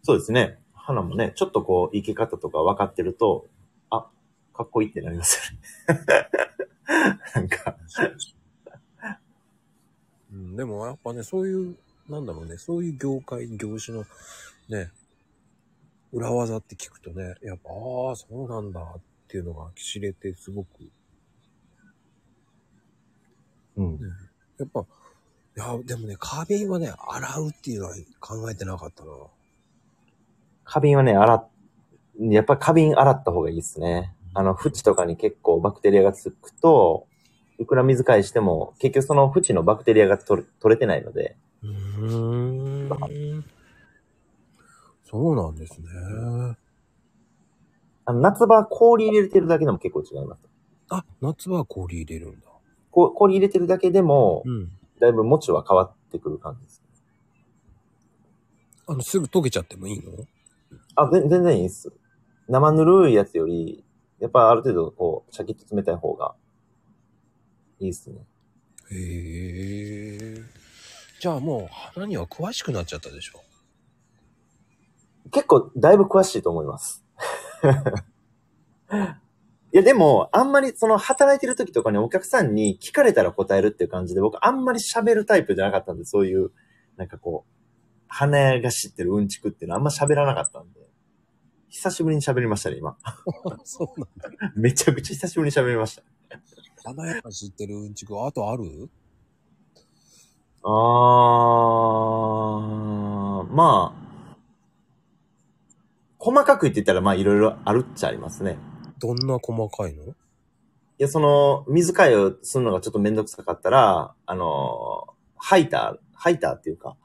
Speaker 2: そうですね。花もね、ちょっとこう、生け方とか分かってると、あ、かっこいいってなりますよね。 *laughs* なんか、
Speaker 1: うん、でもやっぱね、そういう、なんだろうね、そういう業界、業種の、ね、裏技って聞くとね、やっぱ、ああ、そうなんだっていうのが知れて、すごく、
Speaker 2: うん。
Speaker 1: やっぱ、いや、でもね、花瓶はね、洗うっていうのは考えてなかったな。
Speaker 2: 花瓶はね、洗っ、やっぱ花瓶洗った方がいいですね。あの、縁とかに結構バクテリアがつくと、いくら水替えしても、結局その縁のバクテリアが取れ取れてないので、
Speaker 1: うーん。そうなんですね。
Speaker 2: あの夏場氷入れてるだけでも結構違います。
Speaker 1: あ、夏は氷入れるんだ。
Speaker 2: こう氷入れてるだけでも、
Speaker 1: うん。
Speaker 2: だいぶ餅は変わってくる感じです。
Speaker 1: あの、すぐ溶けちゃってもいいの
Speaker 2: あ、ぜ全然いいっす。生ぬるいやつより、やっぱある程度こう、シャキッと冷たい方が、いいっすね。
Speaker 1: へえ。じゃあもう花には詳しくなっちゃったでし
Speaker 2: *laughs*
Speaker 1: ょ。
Speaker 2: 結構、だいぶ詳しいと思います。 *laughs* いや、でも、あんまりその働いてる時とかにお客さんに聞かれたら答えるっていう感じで、僕あんまり喋るタイプじゃなかったんで、そういう、なんかこう、花屋が知ってるうんちくっていうのはあんま喋らなかったんで、久しぶりに喋りましたね、今。 *laughs*
Speaker 1: そうなんだ。
Speaker 2: めちゃくちゃ久しぶりに喋りました。
Speaker 1: 花屋が知ってるうんちく、あとある
Speaker 2: あー、まあ、細かく言ってたら、まあ、いろいろあるっちゃありますね。
Speaker 1: どんな細かいの
Speaker 2: いや、その、水替えをするのがちょっとめんどくさかったら、あの、ハイター、ハイターっていうか、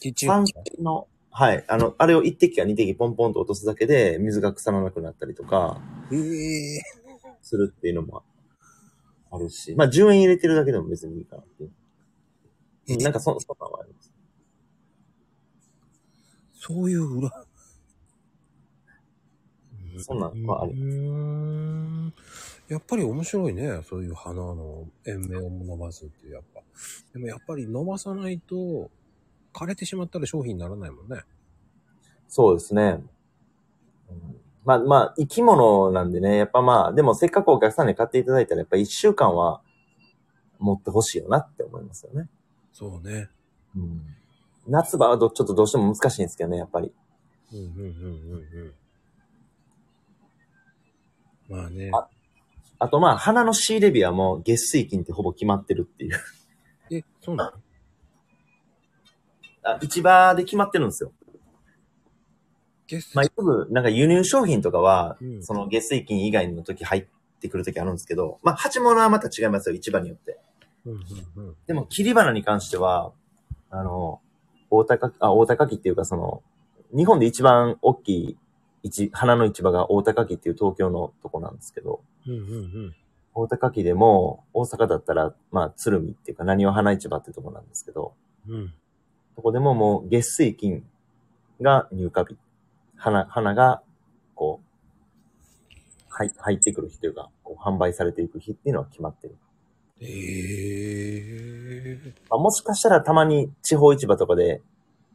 Speaker 1: キッチン
Speaker 2: 酸性の、はい、あの、あれを1滴か2滴ポンポンと落とすだけで、水が腐らなくなったりとか、
Speaker 1: ええ
Speaker 2: するっていうのもあるし、まあ、10円入れてるだけでも別にいいかなっていう。うんなんかそ、そんなのはあります。
Speaker 1: そういう裏。
Speaker 2: そんなんはあり
Speaker 1: うーんやっぱり面白いね。そういう花の延命を伸ばすって、やっぱ。でもやっぱり伸ばさないと、枯れてしまったら商品にならないもんね。
Speaker 2: そうですね。うんまあまあ、生き物なんでね、やっぱまあ、でもせっかくお客さんに買っていただいたら、やっぱ一週間は持ってほしいよなって思いますよね。
Speaker 1: そうね。
Speaker 2: うん、夏場はどちょっとどうしても難しいんですけどね、やっぱり。
Speaker 1: うんうんうんうんうん。まあね。
Speaker 2: ああとまあ、花の仕入れ日はもう月水金ってほぼ決まってるっていう。 *laughs*
Speaker 1: え、そうなの
Speaker 2: あ、市場で決まってるんですよ。
Speaker 1: ゲス
Speaker 2: まあ、
Speaker 1: ト
Speaker 2: よくなんか輸入商品とかは
Speaker 1: う、ん
Speaker 2: その月水金以外の時入ってくる時あるんですけど、まあ、鉢物はまた違いますよ、市場によって。
Speaker 1: うんうんうん。
Speaker 2: でも、切り花に関しては、あの、大高木、あ、大高木っていうか、その、日本で一番大きい市、花の市場が大高木っていう東京のとこなんですけど、
Speaker 1: うんうん
Speaker 2: 大高木でも、大阪だったら、まあ、鶴見っていうか、何を花市場ってとこなんですけど、
Speaker 1: うん。うん。
Speaker 2: そこでももう、月水金が入荷日。花、花が、こう、はい、入ってくる日というか、こう販売されていく日っていうのは決まってる。
Speaker 1: ええ
Speaker 2: まあ、もしかしたらたまに地方市場とかで、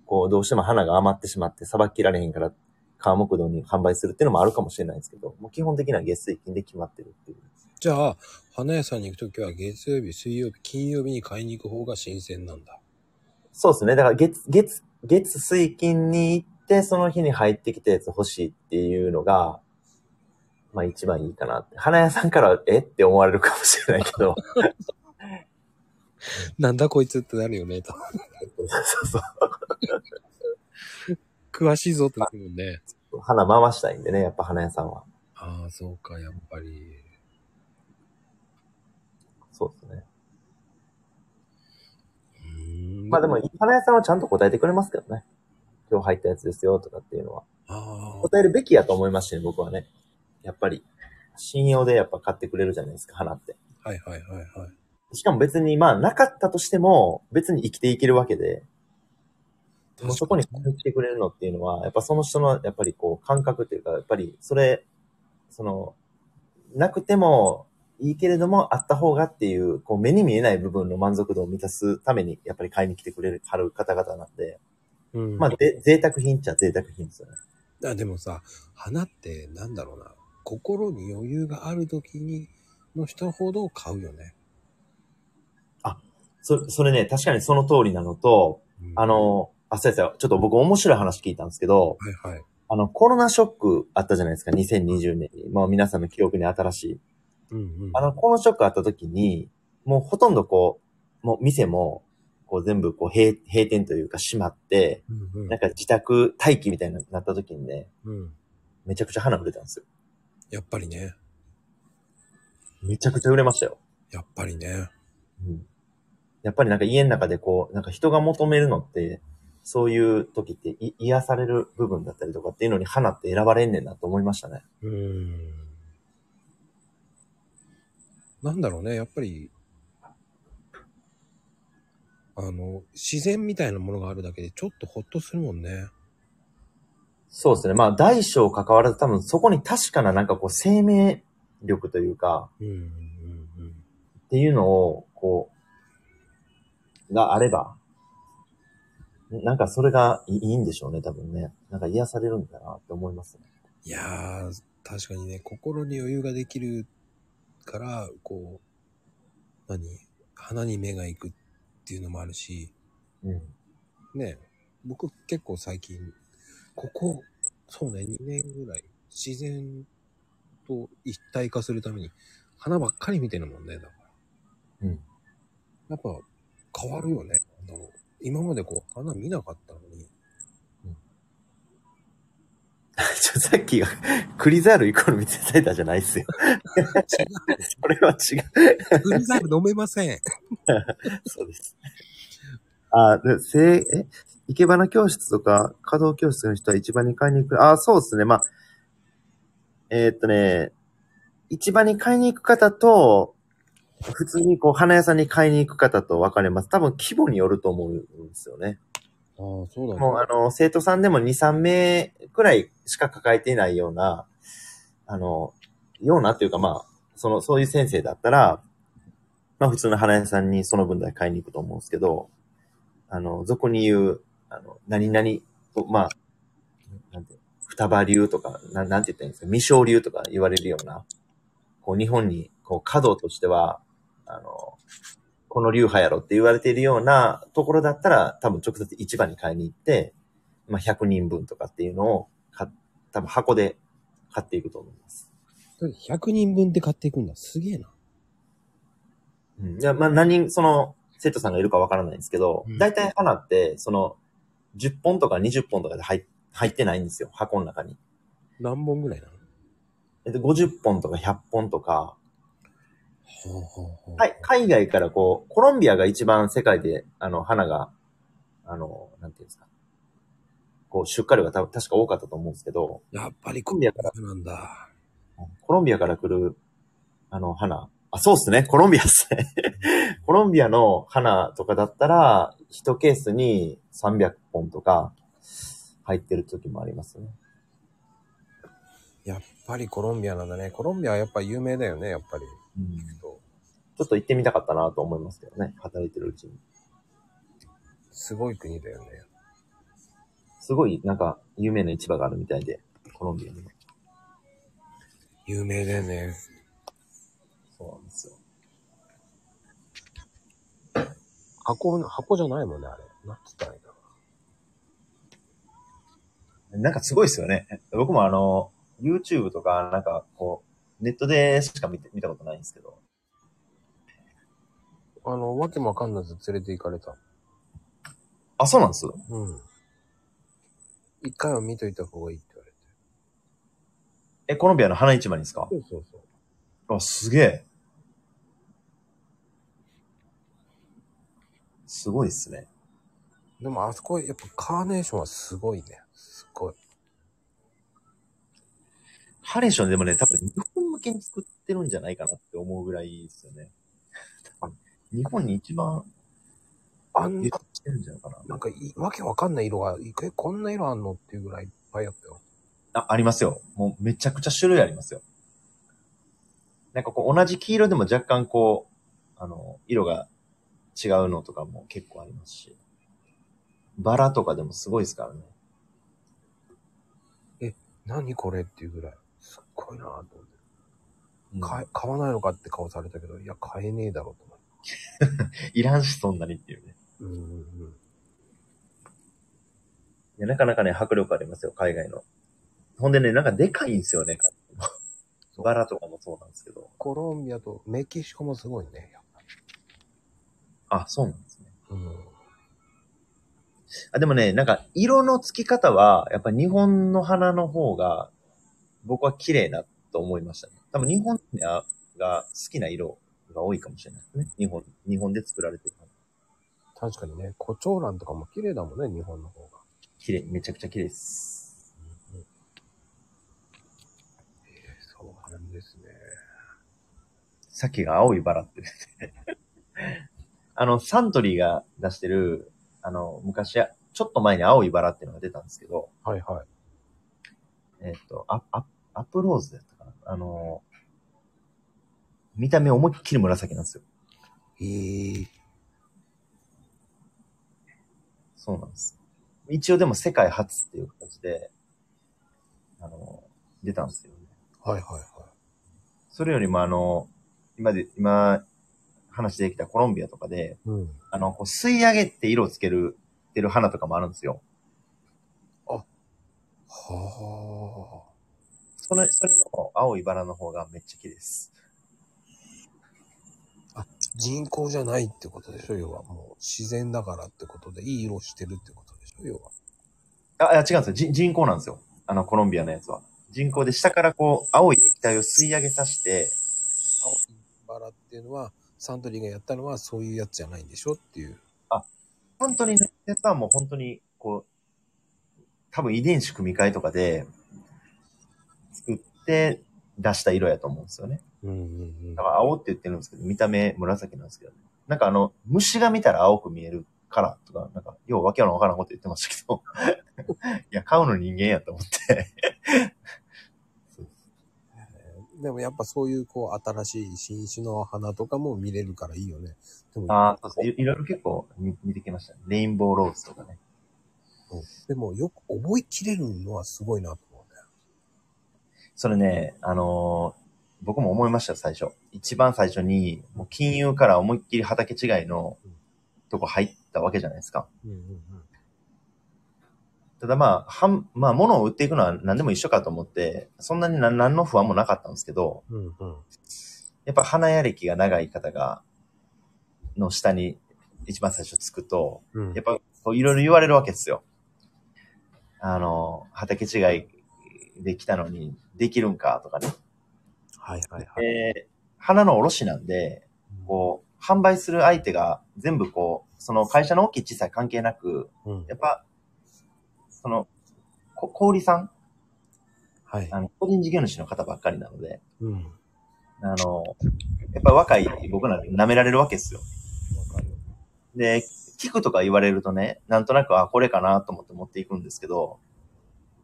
Speaker 2: こう、どうしても花が余ってしまって、さばきられへんから、川木堂に販売するっていうのもあるかもしれないですけど、もう基本的には月水金で決まってるっていう。
Speaker 1: じゃあ、花屋さんに行くときは月曜日、水曜日、金曜日に買いに行く方が新鮮なんだ。
Speaker 2: そうですね。だから月、月、月水金に行って、その日に入ってきたやつ欲しいっていうのが、まあ一番いいかなって。花屋さんから、えって思われるかもしれないけど。
Speaker 1: なんだこいつってなるよね、と。
Speaker 2: そうそうそう。
Speaker 1: 詳しいぞってなるもんね。
Speaker 2: 花回したいんでね、やっぱ花屋さんは。
Speaker 1: ああ、そうか、やっぱり。
Speaker 2: そうですね。
Speaker 1: うーん
Speaker 2: まあでも、花屋さんはちゃんと答えてくれますけどね。今日入ったやつですよ、とかっていうのは。
Speaker 1: ああ、
Speaker 2: 答えるべきやと思いましたね、僕はね。やっぱり。信用でやっぱ買ってくれるじゃないですか、花って。
Speaker 1: はいはいはいはい。
Speaker 2: しかも別に、まあ、なかったとしても、別に生きていけるわけで、もうそこに買いに来てくれるのっていうのは、やっぱその人の、やっぱりこう、感覚っていうか、やっぱり、それ、その、なくてもいいけれども、あった方がっていう、こう、目に見えない部分の満足度を満たすために、やっぱり買いに来てくれるはる方々なんで、
Speaker 1: うん、
Speaker 2: ま
Speaker 1: ま
Speaker 2: あ、ぜ贅沢品っちゃ贅沢品ですよね。
Speaker 1: あ、でもさ、花ってなんだろうな。心に余裕がある時に、の人ほど買うよね。
Speaker 2: そそれね、確かにその通りなのと、
Speaker 1: うん
Speaker 2: あ、の、あ、先生、ちょっと僕面白い話聞いたんですけど、
Speaker 1: はいはい。
Speaker 2: あの、コロナショックあったじゃないですか、2020年に。もう皆さんの記憶に新しい。
Speaker 1: うんうん。
Speaker 2: あの、コロナショックあった時に、もうほとんどこう、もう店も、こう全部こう閉閉店というか閉まって、
Speaker 1: うん
Speaker 2: なんか自宅待機みたいになった時にね、
Speaker 1: うん。うん。
Speaker 2: めちゃくちゃ花売れたんですよ。
Speaker 1: やっぱりね。
Speaker 2: めちゃくちゃ売れましたよ。
Speaker 1: やっぱりね。
Speaker 2: うん。やっぱりなんか家の中でこう、なんか人が求めるのって、そういう時ってい癒される部分だったりとかっていうのに花って選ばれんねんなと思いましたね。
Speaker 1: うーん。なんだろうね。やっぱり、あの、自然みたいなものがあるだけでちょっとほっとするもんね。
Speaker 2: そうですね。まあ大小関わらず多分そこに確かななんかこう生命力というか、
Speaker 1: うん。うんうん
Speaker 2: っていうのを、こう、があれば、なんかそれがいいいんでしょうね、多分ね。なんか癒されるんだなって思いますね。
Speaker 1: いやー、確かにね、心に余裕ができるから、こう、何花に目が行くっていうのもあるし、
Speaker 2: うん。
Speaker 1: ね、僕結構最近、ここ、そうね、2年ぐらい、自然と一体化するために、花ばっかり見てるもんね、だから。
Speaker 2: うん。
Speaker 1: やっぱ、変わるよね。なんだろう今までこう、花見なかったのに、
Speaker 2: *laughs* ちょ、さっきが、 *laughs* クリザールイコール見てたいたじゃないっすよ。 *laughs* それは違う。
Speaker 1: グリザール飲めません。
Speaker 2: そうです。あ、で、せい、え、生け花教室とか、稼働教室の人は市場に買いに行く。あ、そうですね。まあ、えーっとね、市場に買いに行く方と、普通にこう、花屋さんに買いに行く方と分かれます。多分規模によると思うんですよね。
Speaker 1: ああ、そうだね。
Speaker 2: もう、あの、生徒さんでも2、3名くらいしか抱えていないような、あの、ようなというか、まあ、その、そういう先生だったら、まあ普通の花屋さんにその分だけ買いに行くと思うんですけど、あの、俗に言う、あの、何々と、まあ、なんて、双葉流とか、ななんて言ったらいいんですか、未生流とか言われるような、こう日本に、こう、稼働としては、あの、この流派やろって言われているようなところだったら、多分直接市場に買いに行って、まあ100人分とかっていうのを、か多分箱で買っていくと思います。
Speaker 1: 100人分で買っていくんだ。すげえな。
Speaker 2: うんいや、まあ、何人、その、生徒さんがいるかわからないんですけど
Speaker 1: うん、
Speaker 2: 大体花って、その、10本とか20本とかで入っ入ってないんですよ、箱の中に。
Speaker 1: 何本ぐらいなの
Speaker 2: えっと、50本とか100本とか、
Speaker 1: ほうほうほう
Speaker 2: はい、海外からこう、コロンビアが一番世界で、あの、花が、あの、なんていうんですか、こう、出荷量が多分、確か多かったと思うんですけど、
Speaker 1: やっぱりコ
Speaker 2: コロ
Speaker 1: ン
Speaker 2: ン
Speaker 1: ビ
Speaker 2: ビア
Speaker 1: ア
Speaker 2: から
Speaker 1: なんだ。
Speaker 2: コロンビアから来る、あの、花。あ、そうっすね。コロンビアっすね。コロンビアの花とかだったら、一ケースに300本とか入ってる時もありますね。
Speaker 1: やっぱりコロンビアなんだね。コロンビアはやっぱ有名だよね、やっぱり。
Speaker 2: ちょっと行ってみたかったなと思いますけどね。働いてるうちに。
Speaker 1: すごい国だよね。
Speaker 2: すごい、なんか、有名な市場があるみたいで、コロンビアにも。
Speaker 1: 有名だよね。
Speaker 2: そうなんですよ。
Speaker 1: 箱、箱じゃないもんね、あれ。なんつったらいいんだろ
Speaker 2: なんかすごいっすよね。僕もあの、YouTube とか、なんかこう、ネットでしか見て見たことないんですけど。
Speaker 1: うあの、わけもわかんなず連れて行かれた。
Speaker 2: あ、そうなんです
Speaker 1: うん。一回は見といた方がいいって言われて。
Speaker 2: え、コロンビアの花市場にですか
Speaker 1: そうそうそう。
Speaker 2: あ、すげえ。すごいっすね。
Speaker 1: でもあそこ、やっぱカーネーションはすごいね。すごい。
Speaker 2: ハレーションでもね、多分日本向けに作ってるんじゃないかなって思うぐらいですよね。多分日本に一番
Speaker 1: あんな、
Speaker 2: してるんじゃないか
Speaker 1: な
Speaker 2: な。
Speaker 1: んかい、わけわかんない色が、え、こんな色あんのっていうぐらいいっぱいあったよ。
Speaker 2: あ、ありますよ。もうめちゃくちゃ種類ありますよ。なんかこう同じ黄色でも若干こう、あの、色が違うのとかも結構ありますし。バラとかでもすごいですからね。
Speaker 1: 何これっていうぐらい。すっごいなぁと思って。
Speaker 2: うん
Speaker 1: 買え買わないのかって顔されたけど、いや、買えねえだろうと思って。
Speaker 2: いらんし、そんなにっていうね。
Speaker 1: うんうんうん。
Speaker 2: いや、なかなかね、迫力ありますよ、海外の。ほんでね、なんかでかいんですよね。
Speaker 1: そう
Speaker 2: バラとかもそうなんですけど。
Speaker 1: コロンビアとメキシコもすごいね。
Speaker 2: あ、そうなんですね。
Speaker 1: うん。
Speaker 2: あ、でもね、なんか、色の付き方は、やっぱ日本の花の方が、僕は綺麗だと思いましたね。多分日本が好きな色が多いかもしれないですね。日本、日本で作られてる花。
Speaker 1: 確かにね、胡蝶蘭とかも綺麗だもんね、日本の方が。
Speaker 2: 綺麗、めちゃくちゃ綺麗です。
Speaker 1: そうなんですね。
Speaker 2: 鮭が青いバラってですねあの、サントリーが出してる、あの、昔や、ちょっと前に青いバラっていうのが出たんですけど、
Speaker 1: はいはい。
Speaker 2: えっ、と、アアアップローズだったかなあの、見た目思いっきり紫なんですよ。
Speaker 1: ええ
Speaker 2: そうなんです。一応でも世界初っていう形で、あの、出たんですけどね。
Speaker 1: はいはいは
Speaker 2: それよりもあの、今で、今、話できたコロンビアとかで、
Speaker 1: い。うん。
Speaker 2: あの、こう吸い上げって色をつける、てる花とかもあるんですよ。
Speaker 1: はあ。
Speaker 2: それ、それの青いバラの方がめっちゃ綺麗です。
Speaker 1: 人工じゃないってことでしょ、要は。もう自然だからってことで、いい色してるってことでしょ、要は。
Speaker 2: あ、いや違うんですよ。人人工なんですよ。あの、コロンビアのやつは。人工で下からこう、青い液体を吸い上げさして、
Speaker 1: 青いバラっていうのは、サントリーがやったのはそういうやつじゃないんでしょっていう。
Speaker 2: 本当にね、やつはもう本当に、こう、多分遺伝子組み換えとかで、作って出した色やと思うんですよね。
Speaker 1: うんうんうん
Speaker 2: だから青って言ってるんですけど、見た目紫なんですけどね。なんかあの、虫が見たら青く見えるからとか、なんか、ようわけのわからんこと言ってましたけど、 *laughs* いや、顔の人間やと思って。
Speaker 1: でもやっぱそういうこう新しい新種の花とかも見れるからいいよね。でも、
Speaker 2: ああ、そうですいいろいろ結構見見てきましたね。レインボーローズとかね。
Speaker 1: でもよく覚えきれるのはすごいなと思うね。
Speaker 2: それね、あのー僕も思いましたよ、最初。一番最初に、もう金融から思いっきり畑違いのとこ入ったわけじゃないですか。
Speaker 1: うんうんうん。
Speaker 2: ただまあ、はん、まあ、物を売っていくのは何でも一緒かと思って、そんなに何何の不安もなかったんですけど、
Speaker 1: うんうん。
Speaker 2: やっぱ花や歴が長い方が、の下に一番最初つくと、
Speaker 1: うん
Speaker 2: やっぱこういろいろ言われるわけですよ。あの、畑違いできたのに、できるんかとかね。
Speaker 1: はいはいはい。
Speaker 2: えー花の卸なんで、こう、販売する相手が全部こう、その会社の大きい小さい関係なく、
Speaker 1: うん
Speaker 2: やっぱ、その、こ小売さん、
Speaker 1: はい。
Speaker 2: あの、個人事業主の方ばっかりなので、
Speaker 1: うん。わ
Speaker 2: あの、やっぱ若い僕なんて舐められるわけですよ。
Speaker 1: かる。
Speaker 2: で、聞くとか言われるとね、なんとなく、あ、これかなと思って持っていくんですけど、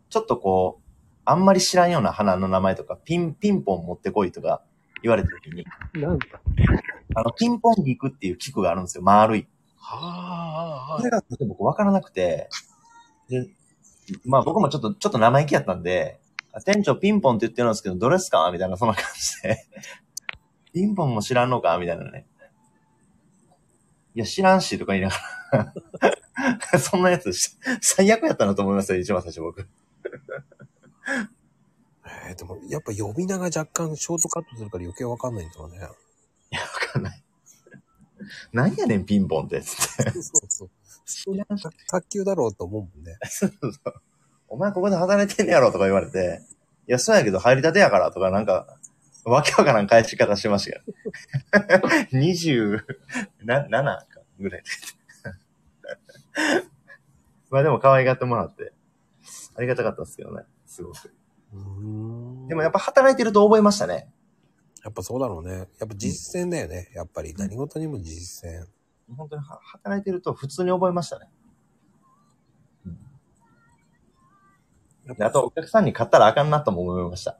Speaker 2: ちょっとこう、あんまり知らんような花の名前とか、ピン、ピンポン持ってこいとか言われた時に、
Speaker 1: なんか。
Speaker 2: あの、ピンポン菊っていう菊があるんですよ、丸い。
Speaker 1: はあ、は
Speaker 2: こ
Speaker 1: あ
Speaker 2: れが僕分からなくて、で、まあ僕もちょっと、ちょっと生意気やったんで、あ店長ピンポンって言ってるんですけど、どれっすかみたいな、そんな感じで。 *laughs* ピンポンも知らんのかみたいなね。いや、知らんし、とか言いながら。 *laughs* そんなやつし、最悪やったなと思いますよ、一番最初僕。
Speaker 1: はい。えーでもやっぱ呼び名が若干ショートカットするから余計わかんないんだろうね。
Speaker 2: 分かんない。なんやねん、ピンポンって、つって。
Speaker 1: そうそう。知らん卓球だろうと思うもんね。
Speaker 2: お前ここで働いてんねやろとか言われて、いや、そうやけど入りたてやからとか、なんか、わけわからん返し方してま *laughs* したけど。27かぐらいで。まあでも可愛がってもらって、ありがたかったですけどね、すごく。
Speaker 1: うーん。
Speaker 2: でもやっぱ働いてると覚えましたね。
Speaker 1: やっぱそうだろうね。やっぱ実践だよね。やっぱり何事にも実践。
Speaker 2: 本当には働いてると普通に覚えましたね。
Speaker 1: やっ
Speaker 2: で
Speaker 1: ぱ
Speaker 2: あと、お客さんに買ったらあかんなとも思いました。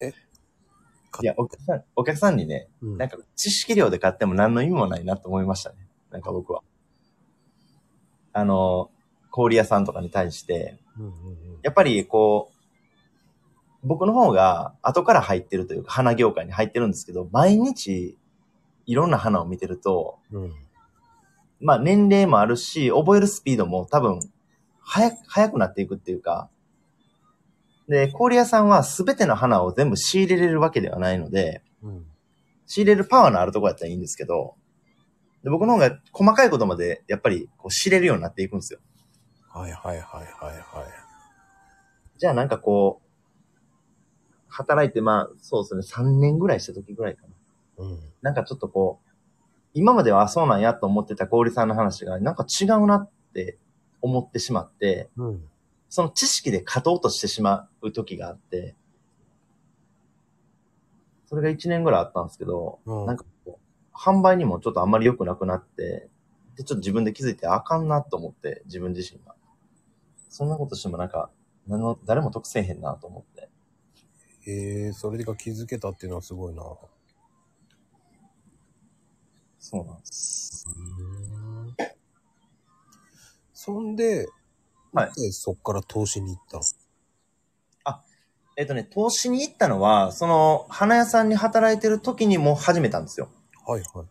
Speaker 1: え
Speaker 2: いや、お客さん、お客さんにね、
Speaker 1: うん
Speaker 2: なんか知識量で買っても何の意味もないなと思いましたね。なんか僕は。あの、氷屋さんとかに対して、
Speaker 1: うんうんうん
Speaker 2: やっぱりこう、僕の方が後から入ってるというか、花業界に入ってるんですけど、毎日いろんな花を見てると、
Speaker 1: うん。
Speaker 2: まあ年齢もあるし、覚えるスピードも多分、早く、早くなっていくっていうか、で、氷屋さんは全ての花を全部仕入れれるわけではないので、
Speaker 1: うん。
Speaker 2: 仕入れるパワーのあるとこやったらいいんですけど、で、僕の方が細かいことまで、やっぱりこう知れるようになっていくんですよ。
Speaker 1: はいはいはいはいはい。
Speaker 2: じゃあなんかこう、働いて、まあ、そうですね、3年ぐらいした時ぐらいかな。
Speaker 1: うん。
Speaker 2: なんかちょっとこう、今まではあそうなんやと思ってた氷さんの話が、なんか違うなって思ってしまって、
Speaker 1: うん。
Speaker 2: その知識で勝とうとしてしまう時があって、それが1年ぐらいあったんですけど、
Speaker 1: うん
Speaker 2: なんかこう、販売にもちょっとあんまり良くなくなって、で、ちょっと自分で気づいてあかんなと思って、自分自身が。そんなことしてもなんか、何の、誰も得せえへんなと思って。
Speaker 1: ええそれが気づけたっていうのはすごいな。
Speaker 2: そうなんです。
Speaker 1: そんで、
Speaker 2: はい
Speaker 1: でそっから投資に行ったの。
Speaker 2: えっとね、投資に行ったのは、その、花屋さんに働いてる時にもう始めたんですよ。
Speaker 1: はいはい。
Speaker 2: だか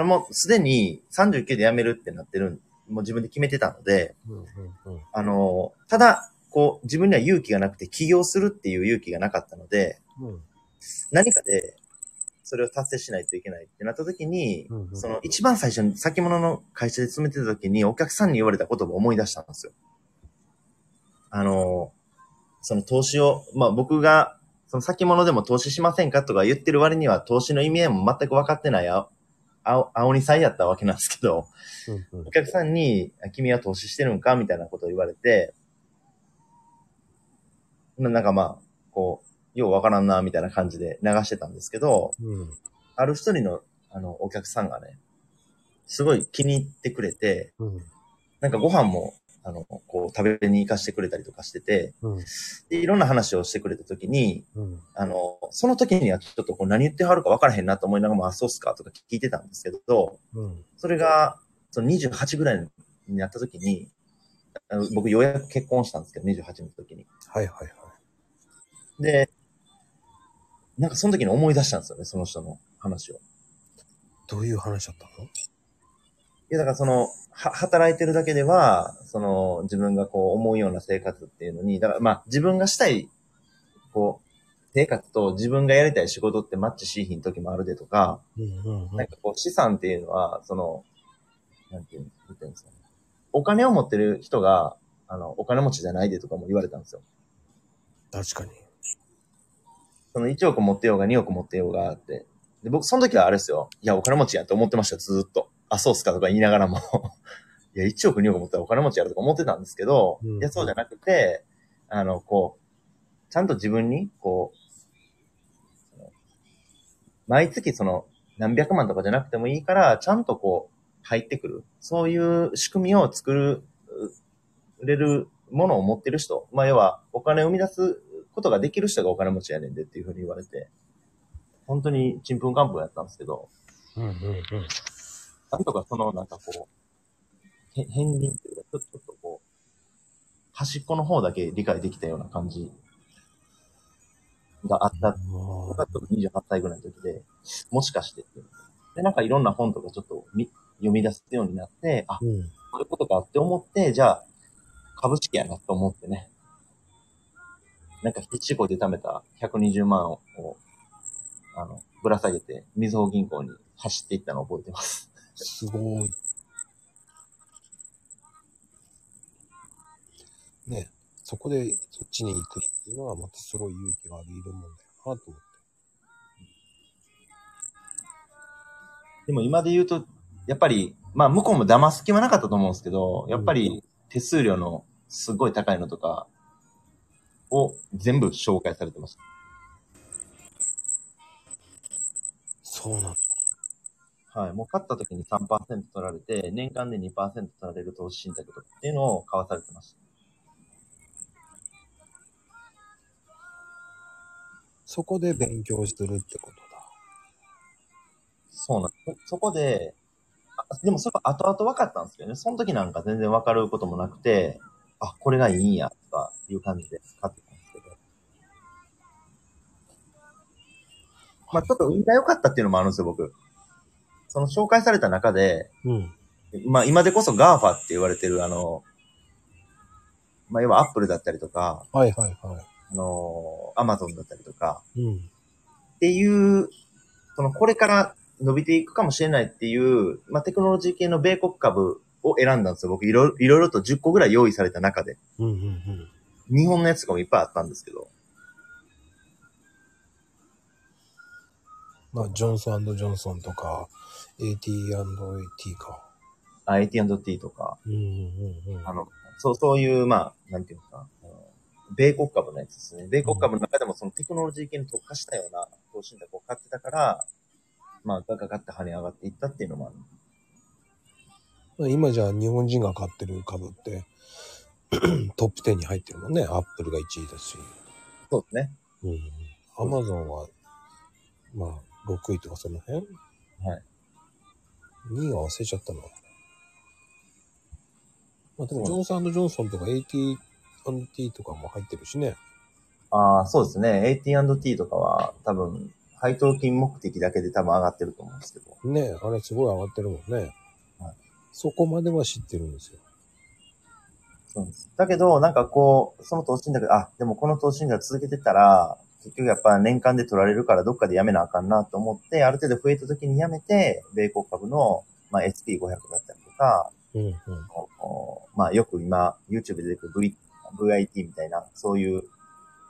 Speaker 2: らもうすでに39で辞めるってなってるん、もう自分で決めてたので、
Speaker 1: うんうんうん。
Speaker 2: あの、ただ、こう、自分には勇気がなくて起業するっていう勇気がなかったので、
Speaker 1: うん
Speaker 2: 何かで、それを達成しないといけないってなった時に、
Speaker 1: うんうん
Speaker 2: その一番最初に先物の会社で勤めてた時にお客さんに言われた言葉を思い出したんですよ。あの、その投資を、まあ僕が、その先物でも投資しませんかとか言ってる割には投資の意味合いも全く分かってないあ青青にさいやったわけなんですけど、
Speaker 1: うんうん
Speaker 2: お客さんに、あ君は投資してるんかみたいなことを言われて、ななんかまあ、こう、ようわからんな、みたいな感じで流してたんですけど、
Speaker 1: うん。
Speaker 2: ある一人の、あの、お客さんがね、すごい気に入ってくれて、
Speaker 1: うん。
Speaker 2: なんかご飯も、あの、こう、食べに行かしてくれたりとかしてて、
Speaker 1: うん。
Speaker 2: で、いろんな話をしてくれた時に、
Speaker 1: うん。
Speaker 2: あの、その時にはちょっとこう何言ってはるかわからへんなと思いながら、まあ、そうっすかとか聞いてたんですけど、
Speaker 1: うん。
Speaker 2: それが、その28ぐらいになった時に、あの僕ようやく結婚したんですけど、28の時に。
Speaker 1: はいはいはい。
Speaker 2: で、なんかその時に思い出したんですよね、その人の話を。い
Speaker 1: どういう話だったの
Speaker 2: や、だからその、は、働いてるだけでは、その、自分がこう思うような生活っていうのに、だからまあ自分がしたい、こう、生活と自分がやりたい仕事ってマッチしひん時もあるでとか、
Speaker 1: うんうんうん
Speaker 2: なんかこう資産っていうのは、その、なんていうん言ってるんですかね。お金を持ってる人が、あの、お金持ちじゃないでとかも言われたんですよ。
Speaker 1: 確かに。
Speaker 2: その1億持ってようが2億持ってようがあって。で、僕、その時はあれですよ。いや、お金持ちやと思ってましたよ、ずーっと。あ、そうっすかとか言いながらも。 *laughs* いや、1億2億持ったらお金持ちやるとか思ってたんですけど、
Speaker 1: うん
Speaker 2: いや、そうじゃなくて、あの、こう、ちゃんと自分に、こう、毎月その、何百万とかじゃなくてもいいから、ちゃんとこう、入ってくる。そういう仕組みを作る、うれるものを持ってる人。まあ、要は、お金を生み出すことができる人がお金持ちやねんでっていうふうに言われて、本当にちんぷんかんぷんやったんですけど、
Speaker 1: うんうんうん。
Speaker 2: なんとかその、なんかこう、へ片鱗っていうか、ちょちょっとこう、端っこの方だけ理解できたような感じがあった
Speaker 1: も
Speaker 2: 僕はちょっと28歳ぐらいの時で、もしかしてっていうで、なんかいろんな本とかちょっとみ読み出すようになって、あ、
Speaker 1: う、うん。
Speaker 2: こういうことかって思って、じゃあ、株式やなと思ってね。なんか必死こいで貯めた120万を、あの、ぶら下げて、みずほ銀行に走っていったのを覚えてます。
Speaker 1: すごい。ね、そこでそっちに行くっていうのはまたすごい勇気がありいるもんだよなと思って。
Speaker 2: でも今で言うと、やっぱり、まあ向こうも騙す気はなかったと思うんですけど、やっぱり手数料のすごい高いのとかを全部紹介されてました。
Speaker 1: そうなんだ。
Speaker 2: はい。もう勝った時に3%取られて、年間で2%取られる投資信託とかっていうのを買わされてました。
Speaker 1: そこで勉強するってこと
Speaker 2: そうなんです。そこで、あでもそれは後々分かったんですけどね、その時なんか全然分かることもなくて、あ、これがいいんや、とかいう感じで買ってたんですけど。まあちょっと運が良かったっていうのもあるんですよ、僕。その紹介された中で、
Speaker 1: だ。うん。
Speaker 2: まあ今でこそ GAFA って言われてる、あの、まあ要はアップルだったりとか、
Speaker 1: はいはいは
Speaker 2: あの、アマゾンだったりとか、
Speaker 1: い。うん。
Speaker 2: っていう、そのこれから伸びていくかもしれないっていう、まあ、テクノロジー系の米国株を選んだんですよ。僕いろいろ、いろいろと10個ぐらい用意された中で。
Speaker 1: うんうんうん。
Speaker 2: 日本のやつとかもいっぱいあったんですけど。
Speaker 1: まあ、ジョンソンジョンソンとか、AT&AT か。
Speaker 2: IT&T とか、
Speaker 1: うんうんうんうん。
Speaker 2: あの、そう、そういう、まあ、なんていうのかな、米国株のやつですね。米国株の中でもそのテクノロジー系に特化したような投資信託を買ってたから、まあ、ガガガって跳ね上がっていったっていうのもある。
Speaker 1: まあ今じゃあ日本人が買ってる株って、 *clears throat* トップ10に入ってるもんね。アップルが1位だし。
Speaker 2: そうですね。
Speaker 1: うん。アマゾンは、まあ、6位とかその辺
Speaker 2: はい。
Speaker 1: 2位は忘れちゃったな。まあでも、ジョンソンジョンソンとか AT&T とかも入ってるしね。
Speaker 2: ああ、そうですね。AT&T とかは多分、配当金目的だけで多分上がってると思うんですけど。
Speaker 1: ねあれすごい上がってるもんね。
Speaker 2: はい
Speaker 1: そこまでは知ってるんですよ。
Speaker 2: そうです。だけど、なんかこう、その投資信託、あ、でもこの投資信託続けてたら、結局やっぱ年間で取られるからどっかでやめなあかんなと思って、ある程度増えた時にやめて、米国株の、まあ、SP500 だったりとか、
Speaker 1: うんうん。
Speaker 2: おまあよく今、YouTube で出てくるブリ VIT みたいな、そういう、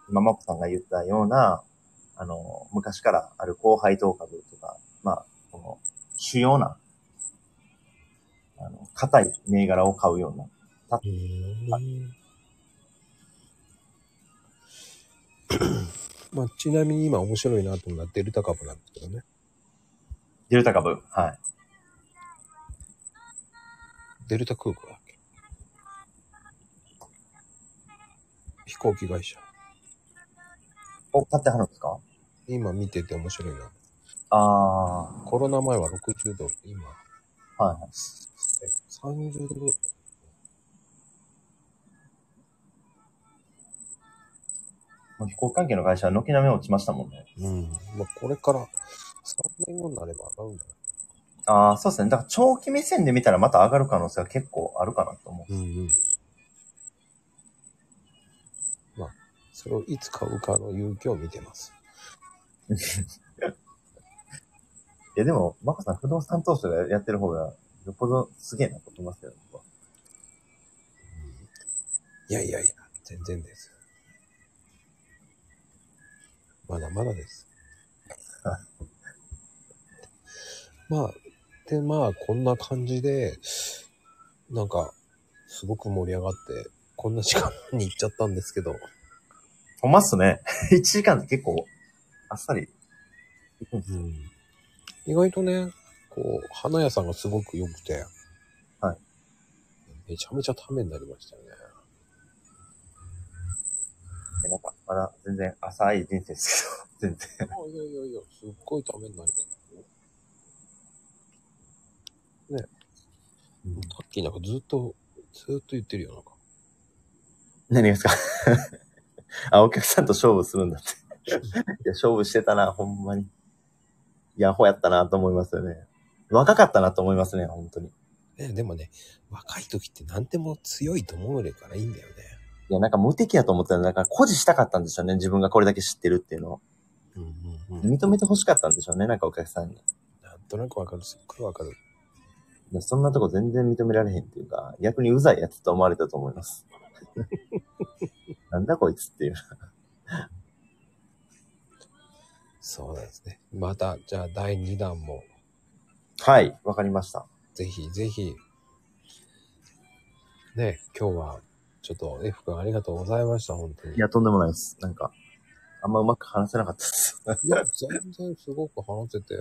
Speaker 2: 今、マコさんが言ったような、あの、昔からある高配当株とか、まあ、この、主要な、あの、硬い銘柄を買うような。
Speaker 1: へー *coughs* まあ、ちなみに今面白いなと思うのはデルタ株なんですけどね。
Speaker 2: デルタ株。はい。
Speaker 1: デルタ空港だっけ飛行機会社。
Speaker 2: お、買ってはるんですか
Speaker 1: 今見てて面白いな。
Speaker 2: ああ、は
Speaker 1: コロナ前は60ドル、今
Speaker 2: いはい。
Speaker 1: 30ドル。
Speaker 2: もう飛行機関係の会社は軒並み落ちましたもんね。
Speaker 1: うん。まあ、これから3年後になれば上がるんだよ。
Speaker 2: ああ、そうですね。だから長期目線で見たらまた上がる可能性は結構あるかなと思う。
Speaker 1: うんうん。まあ、それをいつ買うかの勇気を見てます。
Speaker 2: いや、でも、マコさん、不動産投資とかやってる方が、よっぽどすげえなと思いますけど、僕はい
Speaker 1: やいやいや、全然です。まだまだです。まあ、で、まあ、こんな感じで、なんか、すごく盛り上がって、こんな時間に行っちゃったんですけど、
Speaker 2: ほんまっすね。1時 *laughs* 間って結構、あっさり。
Speaker 1: うん、意外とね、こう、花屋さんがすごく良くて、
Speaker 2: はい。
Speaker 1: めちゃめちゃためになりましたよね。
Speaker 2: でなんか、まだ全然浅い人生ですけど、 *laughs* 全
Speaker 1: あ
Speaker 2: 然。
Speaker 1: いやいやいや、すっごいためになりますね。ね
Speaker 2: うん
Speaker 1: タッキーなんかずっと、ずっと言ってるよ、なんか。
Speaker 2: 何がですか *laughs* あ、お客さんと勝負するんだって。 *laughs* いや、勝負してたな、ほんまに。いや、アホやったなと思いますよね。若かったなと思いますね、本当に。
Speaker 1: ね、でもね、若い時って何でも強いと思うからいいんだよね。
Speaker 2: いや、なんか無敵やと思ってただから、誇示したかったんでしょうね。自分がこれだけ知ってるっていうのを。
Speaker 1: うんうんうん。
Speaker 2: 認めて欲しかったんでしょうね、なんかお客さんに。
Speaker 1: なんとなくわかる、すっごいわかる。
Speaker 2: いや、そんなとこ全然認められへんっていうか、逆にうざいやつと思われたと思い *laughs* ます。なんだこいつっていう。
Speaker 1: そうなんですね。また、じゃあ第2弾も、
Speaker 2: はい、わかりました。
Speaker 1: ぜひぜひ、ね、今日は、ちょっと F 君ありがとうございました、本当に。
Speaker 2: いや、とんでもないです。なんか、あんまうまく話せなかったです。
Speaker 1: いや、全然すごく話せて、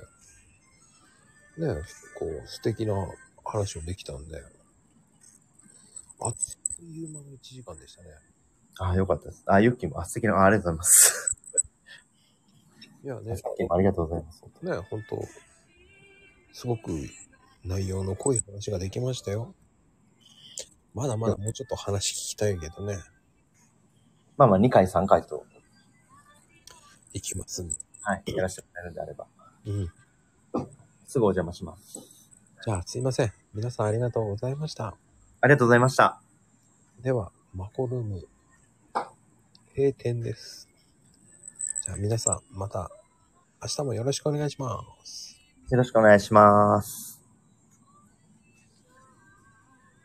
Speaker 1: ね、こう、素敵な話をできたんで、あっという間の1時間でしたね。
Speaker 2: ああ、よかったです。ああ、ユッキーも、あ、素敵な、あありがとうござい *laughs* ます。
Speaker 1: いやね
Speaker 2: さ、っきもありがとうございます。
Speaker 1: ね、本当すごく内容の濃い話ができましたよ。まだまだもうちょっと話聞きたいけどね、
Speaker 2: まあまあ、2回、3回と、
Speaker 1: いきますんで。
Speaker 2: はい、やらせてもらえるんであれば、
Speaker 1: うん。
Speaker 2: すぐお邪魔します。
Speaker 1: じゃあ、すいません。皆さんありがとうございました。
Speaker 2: ありがとうございました。
Speaker 1: では、マコルーム、閉店です。じゃあ皆さん、また明日もよろしくお願いします。
Speaker 2: よろしくお願いします。